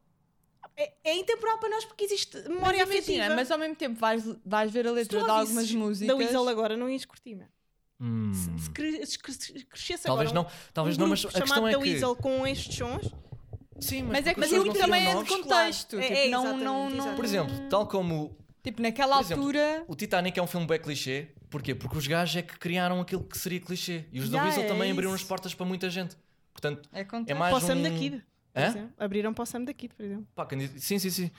é. É intemporal para nós porque existe Mas memória afetiva. imagina, mas ao mesmo tempo vais, vais ver a Se tu letra de ouvisses algumas músicas. Da Weasel agora não ias curtir, man. Hum, Se, se cre- se cre- se crescesse talvez agora. não, talvez um não, grupo mas a questão chamado é da que. Weasel com estes sons. Sim, Mas é porque que mas os eu aquilo jogos não também são é de novos. claro. contexto. É- tipo, é não, exatamente, não, não, exatamente. Por exemplo, tal como Tipo, naquela por exemplo, altura. o Titanic é um filme bem clichê, porquê? Porque os gajos é que criaram aquilo que seria clichê. E os Ya, da Weasel é também abriram isso. as portas para muita gente. Portanto, É é contexto. mais. Para o Sam um... da Kid. por Hã? exemplo. Abriram para o Sam da Kid, por exemplo. Pá, candid- sim, sim, sim.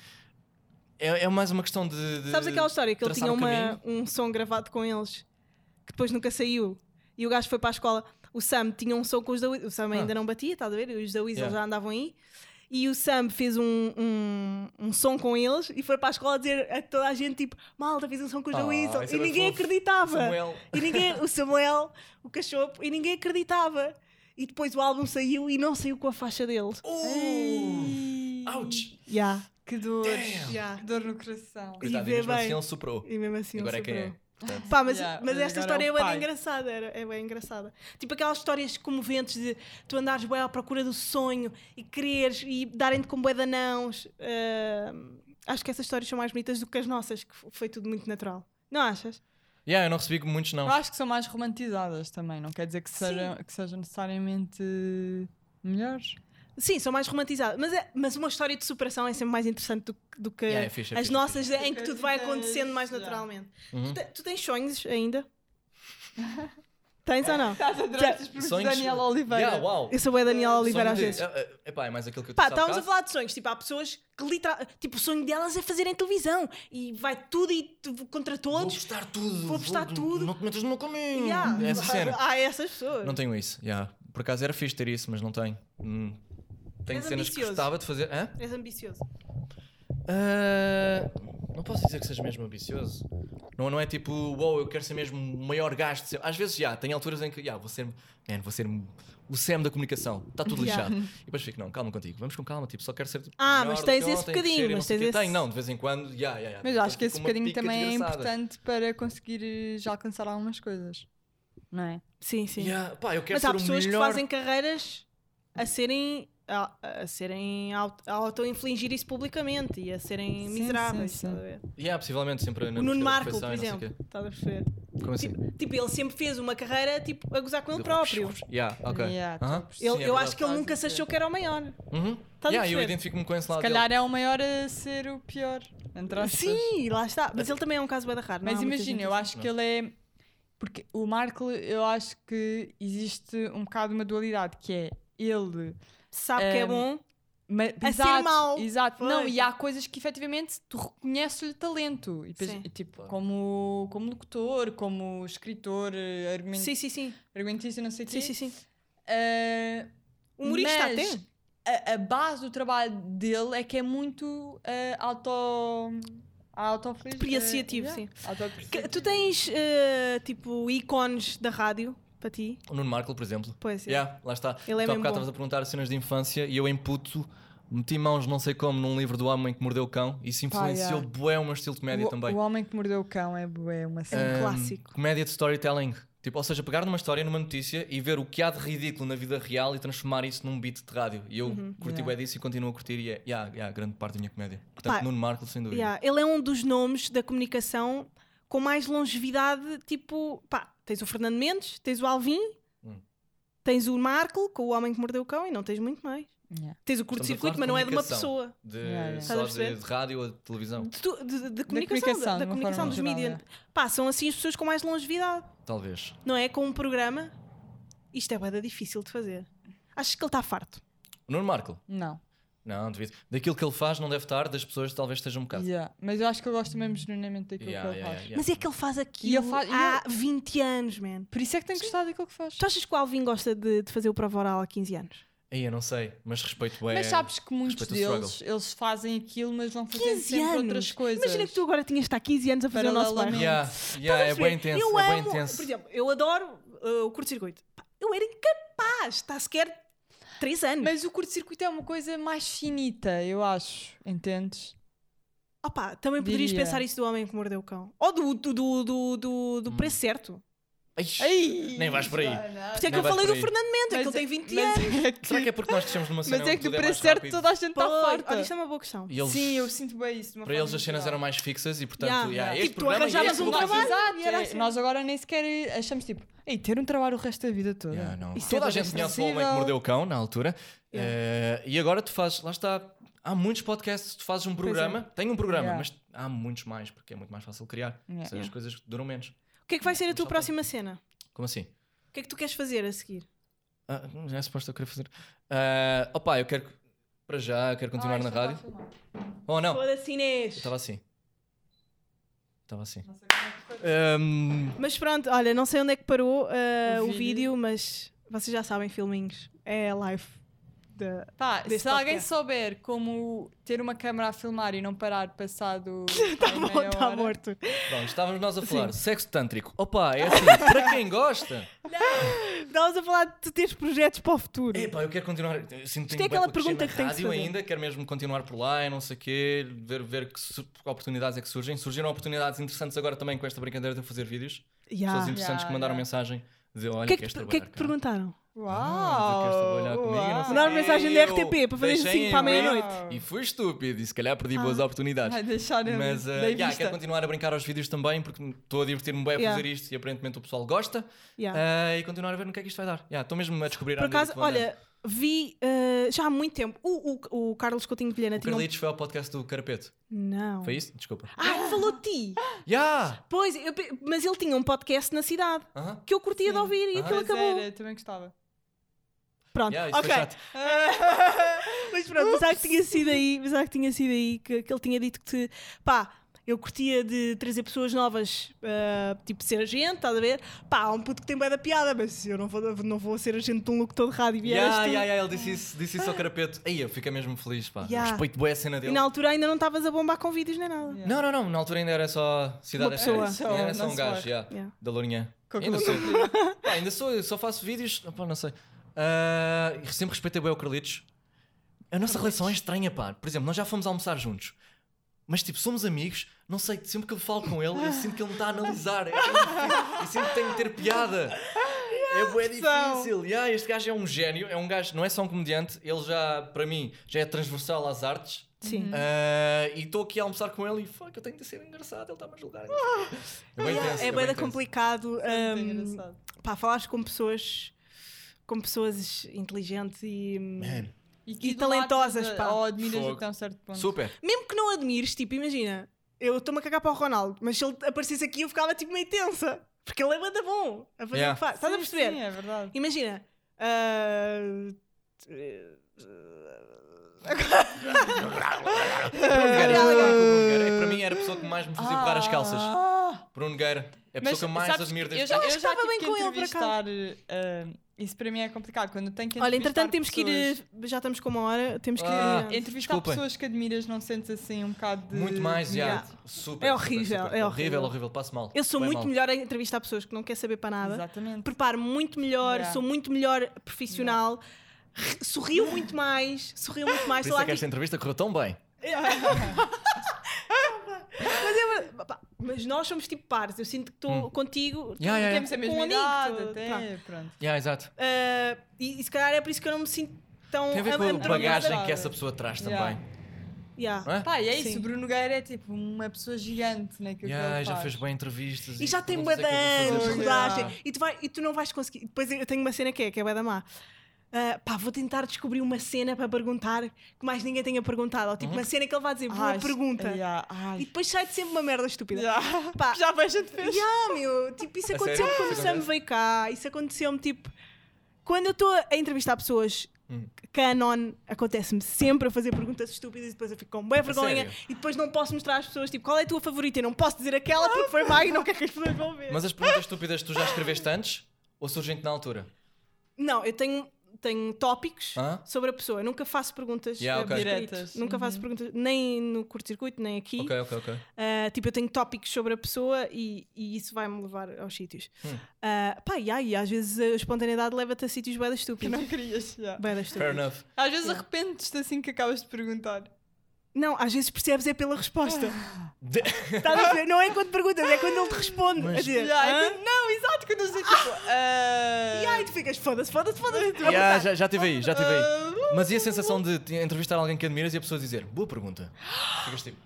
É, é mais uma questão de. de- Sabes aquela história que ele traçar tinha um uma- caminho. um som gravado com eles que depois nunca saiu e o gajo foi para a escola. O Sam tinha um som com os da Weasel. O Sam ainda Ah. não batia, estás a ver? Os da Weasel Yeah. já andavam aí. E o Sam fez um, um, um som com eles e foi para a escola dizer a toda a gente: tipo, malta, fiz um som com os da Ah, Weasel. isso E é bem ninguém fofo. acreditava. Samuel. E ninguém, o Samuel, o cachorro, e ninguém acreditava. E depois o álbum saiu e não saiu com a faixa dele. Uh! Ouch! Yeah. Que dor. Damn. Yeah. Que dor no coração. Coitado, vê e mesmo bem. assim ele superou. E mesmo assim ele Agora é quem superou. é. Portanto, Pá, mas, Yeah, mas mas esta história agora é é o bem pai. engraçada, era, é bem engraçada. Tipo aquelas histórias comoventes de tu andares bem à procura do sonho e quereres e darem-te com bué de anãos. Ah, acho que essas histórias são mais bonitas do que as nossas, que f- foi tudo muito natural. Não achas? yeah, eu não recebi muitos não. Ah, Eu acho que são mais romantizadas também, não quer dizer que, seja, que sejam necessariamente melhores. Sim, são mais romantizadas. Mas, é- mas uma história de superação é sempre mais interessante do, que- do que Yeah, é fixe, é as fixe, é nossas fixe. em que tudo vai Do que as- acontecendo mais yeah. naturalmente. Uhum. Tu, te- tu tens sonhos ainda? [laughs] Tens ou não? Estás a adorar estas perguntas de Daniela Oliveira. Yeah, uau. Eu sou o Daniela Sonho Oliveira às de- vezes. é, é, epá, é mais aquilo que eu te Pá, disse há estávamos a bocado. falar de sonhos. Tipo, há pessoas que literal. Tipo, o sonho delas é fazerem televisão e vai tudo e tu- contra Vou todos. postar tudo. Vou postar vou- tudo. Ah, Não te metas no meu caminho. Yeah. [laughs] É essa cena. Há essas pessoas. Não tenho isso. Yeah. Por acaso era fixe ter isso, mas não tenho. Hum. Tenho És cenas que ambicioso. gostava de fazer. Hã? És ambicioso. Ah, não posso dizer que seja mesmo ambicioso. Não, não é tipo, uou, eu quero ser mesmo o maior gasto. sempre. Às vezes já, tem alturas em que, já, vou ser, man, vou ser o Sam da comunicação, [laughs] está tudo Yeah. lixado. E depois fico, não, calma contigo, vamos com calma, tipo, só quero ser tipo, Ah, melhor mas do tens que esse ontem, crescer e bocadinho, não mas sei o tens quê. Tenho, esse- não, de vez em quando, já, já, já. Mas Só acho fico que esse com uma bocadinho pica também é desgraçada. importante para conseguires alcançar algumas coisas. Não é? Sim, sim. Yeah, pá, eu quero Mas ser há o pessoas melhor- que fazem carreiras a serem. A, a serem auto- a auto-infligir isso publicamente e a serem Sim, miseráveis. sim, sim. estás a ver? Yeah, possivelmente sempre na O Nuno busca da Marco, por perfeição e não sei exemplo. o quê. Estás a perceber? Como assim? Tipo, tipo, ele sempre fez uma carreira tipo, a gozar com ele é próprio. Yeah, ok. Yeah, Aham. tipo, Sim, Ele- é eu verdade. é. acho que ele Tá Estás a nunca se dizer. achou que era o maior. Uhum. a Yeah, eu perceber? identifico-me com esse Se lado. dele. calhar é o maior a ser o pior. Entre aspas. Sim, lá está. Mas ele também é um caso bem raro. não Mas há muita imagina, gente eu assim. acho que ele é. Porque o Marco, eu acho que existe um bocado uma dualidade que é ele. Sabe que é Ahm, bom. Ma- ser exato, mau. Exato. Não, Pois. e há coisas que efetivamente tu reconheces-lhe talento. E depois, Sim. e, tipo, Claro. como, como locutor, como escritor, eh, argumen- Sim, sim, sim. argumentista, não sei o quê. Sim, sim, sim. Ah, Humorista mas até. A, a base do trabalho dele é que é muito ah, auto. Depreciativo, Autopreciativo, sim. Que- Autodepreciativo. tu tens eh, tipo ícones da rádio para ti? O Nuno Marco, por exemplo. Pois é. Yeah, lá está. Ele é Tu há mesmo bocado bom. estavas a perguntar cenas de infância e eu em puto meti mãos não sei como num livro do homem que mordeu o cão e isso Pá, influenciou yeah. bué o meu estilo de comédia o, também. Ah, o Homem que Mordeu o Cão é, bué, uma É um cena. Ahm, clássico. Comédia de storytelling. Tipo, ou seja, pegar numa história, numa notícia e ver o que há de ridículo na vida real e transformar isso num beat de rádio. E eu curti Yeah. bué disso e continuo a curtir e é yeah, yeah, grande parte da minha comédia. Portanto, Uhum, Pá, Nuno Marco, sem dúvida. Yeah, Ele é um dos nomes da comunicação com mais longevidade. Tipo, pá, tens o Fernando Mendes, tens o Alvin, Hum. tens o Marco, com o homem que mordeu o cão, e não tens muito mais. Yeah. Tens o Estamos a falar curto-circuito, de mas não é de uma comunicação. pessoa. De, Yeah, yeah. Só Estás a de, perceber? de rádio ou de televisão, De, tu- de- de comunicação, da, comunicação, de da uma comunicação forma dos geral, mídias. Pá, são assim as pessoas com mais longevidade. talvez. não é? Com um programa. Isto é bada difícil de fazer. Achas que ele está farto? Nuno Marco? Não. Não, devia. Daquilo que ele faz não deve estar, das pessoas talvez esteja um bocado. Yeah. Mas eu acho que eu gosto mesmo genuinamente daquilo Yeah, que ele yeah, faz. yeah. Mas é que ele faz aquilo ele faz- e há 20 anos, man. Por isso é que tenho gostado daquilo que faz. Tu achas que o Alvin gosta de, de fazer o prova oral há 15 anos? Aí eu não sei, mas respeito é. Mas sabes que muitos respeito ao deles, eles fazem aquilo, mas vão fazer 15 sempre anos? outras coisas. Imagina que tu agora tinhas de estar 15 anos a fazer o nosso bairro. Paralelamente. Yeah, yeah, é bem intenso, eu é bem amo, intenso. por exemplo, eu adoro uh, o curto-circuito. Pá, Eu era incapaz, está sequer 3 anos. Mas o curto-circuito é uma coisa mais finita, eu acho. Entendes? Opa, também poderias Diria. pensar isso do homem que mordeu o cão. Ou do, do, do, do, do- Hum. do preço certo. Ai, Ai, Nem vais por aí. Por isso é que Não eu vais falei do por aí. Fernando Mendes, é que ele tem 20 anos. mas é que, Será que é porque nós crescemos numa cena mas é onde que tudo para mais certo rápido? toda a gente está Pois, farta. Olha, isto é uma boa questão. E eles- Sim, eu sinto bem isso. de uma Para forma eles as cenas geral. eram mais fixas e portanto, Yeah. yeah, Tipo, este tu programa arranjavas este um vou fazer. trabalho. Exato, E era é, assim. nós agora nem sequer achamos tipo, ei, ter um trabalho o resto da vida toda. Yeah, não. Isso é Toda a bem gente conhece o homem que acessível. mordeu o cão na altura. Eh, e agora tu fazes, lá está. Há muitos podcasts, tu fazes um é. programa, tem um programa, Yeah. mas há muitos mais, porque é muito mais fácil criar. Yeah. Ou seja, as Yeah. coisas duram menos. O que é que vai ser a tua Só próxima cena? Como assim? O que é que tu queres fazer a seguir? Ah, não é suposto eu querer fazer. Ah, opa, eu quero. Para já, quero continuar Ah, na isto está rádio. a filmar. Ou oh, não? Foda-se, Inês! Estava assim. Estava assim. Ehm, Não sei como é que foi. Ahm, Mas pronto, olha, não sei onde é que parou uh, O o, vídeo. vídeo. mas vocês já sabem, filminhos. É live. da- Pá, desse se alguém podcast. souber como ter uma câmera a filmar e não parar [laughs] passado. Tá [laughs] a bom, É meia tá hora- morto. pronto, estávamos nós a falar. Sexo tântrico. Opa, é assim. para quem gosta. Estavas a falar de tu teres projetos para o futuro. Epá, eu quero continuar. Eu Isto sinto tenho é bué aquela pouco pergunta chama que tem que rádio se fazer. ainda, quero mesmo continuar por lá e não sei o quê, ver, ver que su- que oportunidades é que surgem. Surgiram oportunidades interessantes agora também com esta brincadeira de eu fazer vídeos. Ya. Pessoas interessantes Ya, que mandaram ya. mensagem de olha, O que é que, queres te- o trabalhar que é que te cá? perguntaram? Ah, tu queres trabalhar comigo, eu não sei Mandaram quê, mensagem da eu RTP para fazer deixei cinco para a em meia-noite. Ah, E fui estúpido e se calhar perdi boas oportunidades. Vai deixar a Mas uh, da yeah, vista. quero continuar a brincar aos vídeos também porque estou a divertir-me bem a Yeah. fazer isto e aparentemente o pessoal gosta Ya. Ah, e continuar a ver no que é que isto vai dar. Estou mesmo a descobrir Por à medida acaso, que vou andando. olha, vi eh, já há muito tempo. O, o, o Carlos Coutinho de Vilhena O tinha. um- Carlitos foi ao podcast do Carapeto. Não. Foi isso? Desculpa. Ah, ele falou de ti. Yeah! Pois, eu pe- mas ele tinha um podcast na cidade Aham. que eu curtia de Sim. ouvir e Ah, aquilo Mas acabou. era, também gostava. Pronto, Yeah, isso ok. foi chato. Mas pronto, mas há que tinha sido aí, mas há que tinha sido aí que, que ele tinha dito que te, pá, eu curtia de trazer pessoas novas, ah, tipo ser agente, estás a ver? Pá, há um puto que tem bem da piada, mas se eu não vou, não vou ser agente de um locutor de rádio, Yeah, vieras tu. yeah, yeah, ele disse isso, disse isso ao Carapeto. Aí eu fiquei mesmo feliz, pá. Yeah. Respeito boa a cena E dele. na altura ainda não estavas a bombar com vídeos nem nada. Yeah. Não, não, não. Na altura ainda era só Cidade Uma pessoa. Era só, era só Não um se gajo, faz. yeah, Yeah. da Lourinhã. Com Ainda aquilo sou. [laughs] Pá, ainda sou, eu só faço vídeos. Pá, não sei. Ah, e sempre respeitei bem o Carlitos. A nossa relação é estranha, pá. Por exemplo, nós já fomos almoçar juntos. Mas, tipo, somos amigos. Não sei, sempre que eu falo com ele, eu sinto que ele me está a analisar. Eu, eu sempre tenho que ter piada. É bué difícil. Yeah, este gajo é um gênio. É um gajo, não é só um comediante. Ele já, para mim, já é transversal às artes. Sim. Ah, e estou aqui a almoçar com ele e fuck, eu tenho de ser engraçado, ele está-me a julgar. É bem intenso, Ah. É bem bem da intenso. complicado. É hum, muito engraçado. pá, falares com pessoas com pessoas inteligentes e hum, Man, que e idolatas talentosas, a- pá. Ou admiras Fogo. até um certo ponto. super. mesmo que não admires, tipo, imagina, eu estou-me a cagar para o Ronaldo, mas se ele aparecesse aqui eu ficava tipo meio tensa, porque ele é banda bom a fazer Yeah. o que faz. Estás a Sim, perceber? Sim, é verdade. Imagina. ah, Ah. Bruno Nogueira, eu adorava o Bruno Nogueira. É, para mim era a pessoa que mais me fazia borrar as calças. Ah. Bruno Nogueira é a pessoa Mas que eu mais sabes admiro que desde Eu já, eu já estava tive bem que com ele, por entrevistar. ah, isso para mim é complicado. Quando eu tenho que olha, entretanto temos entrevistar que ir. pessoas- eh, Já estamos com uma hora, temos que ir. Ah, eh, Entrevistar Desculpem. pessoas que admiras, não sentes assim um bocado de. Muito mais, já. Yeah. Super. É super, horrível, super. é horrível. horrível, horrível, Passo mal. Eu sou Bem muito mal. melhor a entrevistar pessoas que não quer saber para nada. Exatamente. preparo muito melhor, Yeah. sou muito melhor profissional, re- sorrio muito mais, sorrio muito mais. Por sei isso lá, é que esta entrevista correu tão bem. mas, é verdade, pá, mas nós somos tipo pares, eu sinto que estou contigo, tu Hum. Yeah, yeah, Temos a com um mesma amigo, idade, tu- pronto. até. Pronto. Yeah, exato. Ah, e, e se calhar é por isso que eu não me sinto tão Tem a ver am- com a amedrontada. bagagem que essa pessoa traz Yeah. também. Yeah. não é? Pá, e é Sim. isso. O Bruno Nogueira é tipo uma pessoa gigante né, naquilo que Yeah, ele já faz. fez bem entrevistas. E já tem não bué sei de o que eu vou anos, fazer hoje. para- rodagem. Yeah. E, tu vai- e tu não vais conseguir. Depois eu tenho uma cena que é, que é bué da má. Ah, pá, vou tentar descobrir uma cena para perguntar que mais ninguém tenha perguntado. Ou tipo, Uhum. uma cena que ele vai dizer, boa Ai, pergunta. yeah, ai. E depois sai de sempre uma merda estúpida. Yeah. Pá, Já bem [laughs] gente fez. Yeah, meu, tipo, isso A aconteceu-me sério? quando o Isso Sam acontece? veio cá. Isso aconteceu-me, tipo, quando eu estou a entrevistar pessoas Hum. canon, acontece-me sempre a fazer perguntas estúpidas e depois eu fico com bem vergonha sério? e depois não posso mostrar às pessoas, tipo, qual é a tua favorita? Eu não posso dizer aquela porque foi má e não quero que as pessoas vão ver. Mas as perguntas estúpidas tu já escreveste antes ou surgem-te na altura? Não, eu tenho, tenho tópicos Hã? sobre a pessoa. Eu nunca faço perguntas Yeah, eh, ok. por escrito. Diretas. Nunca faço perguntas, nem no curto-circuito, nem aqui. Ok, ok, ok. Uh, tipo, eu tenho tópicos sobre a pessoa e, e isso vai-me levar aos sítios. Hum. Uh, pá, e aí, às vezes a espontaneidade leva-te a sítios bem Que estúpidos. não querias. yeah. Bué da Fair estúpidos. [laughs] enough. Às vezes Yeah. arrependes-te assim que acabas de perguntar. Não, às vezes percebes é pela resposta. De- Estás a perceber? Não é quando perguntas, é quando ele te responde. Mas- a dizer, Yeah, "Hã?" e quando- não, exato, quando eu dizia tipo. [laughs] ah, E aí tu ficas foda-se, foda-se, foda-se. É Yeah, verdade. já, já tive aí, já tive aí. ah, Mas e a sensação de te- entrevistar alguém que admiras e a pessoa dizer boa pergunta? Ficas tipo,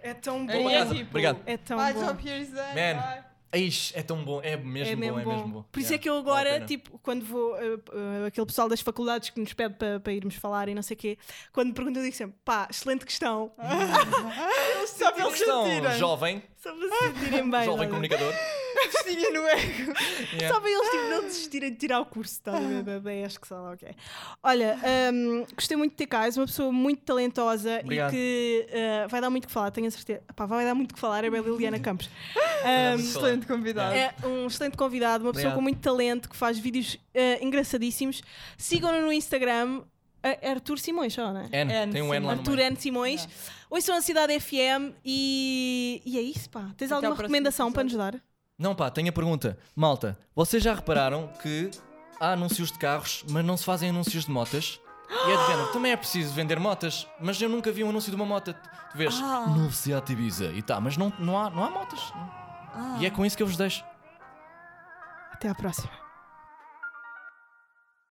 É tão É, bom. obrigado, tipo, obrigado. É tão My bom. job here is done. Man. bye. Ixi, é tão bom, é mesmo, é mesmo bom, bom. é mesmo bom. Por isso é Yeah. que eu Vale a agora, pena. tipo, quando vou, eh, eh, aquele pessoal das faculdades que nos pede para para irmos falar e não sei o quê, quando me perguntam, eu digo sempre, pá, excelente questão. Eles só para Eles eles são sentirem. jovem, Só para se [laughs] sentirem bem. jovem não é? comunicador. Festinha no ego. Yeah. Só para eles tipo, não desistirem de tirar o curso, está a ver? Da- da ESC, sei lá, ok. Olha, hum, gostei muito de ter cá, és uma pessoa muito talentosa Obrigado. e que uh, vai dar muito o que falar, tenho a certeza. Pá, vai dar muito o que falar, é [laughs] a Liliana Campos. dar muito Hum, o que falar. Excelente convidado. é um excelente convidado, uma pessoa Obrigado. com muito talento, que faz vídeos uh, engraçadíssimos. Sigam-no no Instagram, a- Arthur Simões, só, não é? N, N, tem um sim. N lá no Arthur meio. É. N. Simões. Ouçam a Cidade FM e, e é isso, pá. Tens Até ao alguma próximo recomendação para nos episódio. dar? Não pá, tenho a pergunta. Malta, vocês já repararam que há anúncios de carros, mas não se fazem anúncios de motas. E é de género, também é preciso vender motas, mas eu nunca vi um anúncio de uma mota. Tu vês, Ah. novo Seat Ibiza, e tá, mas não, não, há, não há motas. Ah. E é com isso que eu vos deixo. Até à próxima.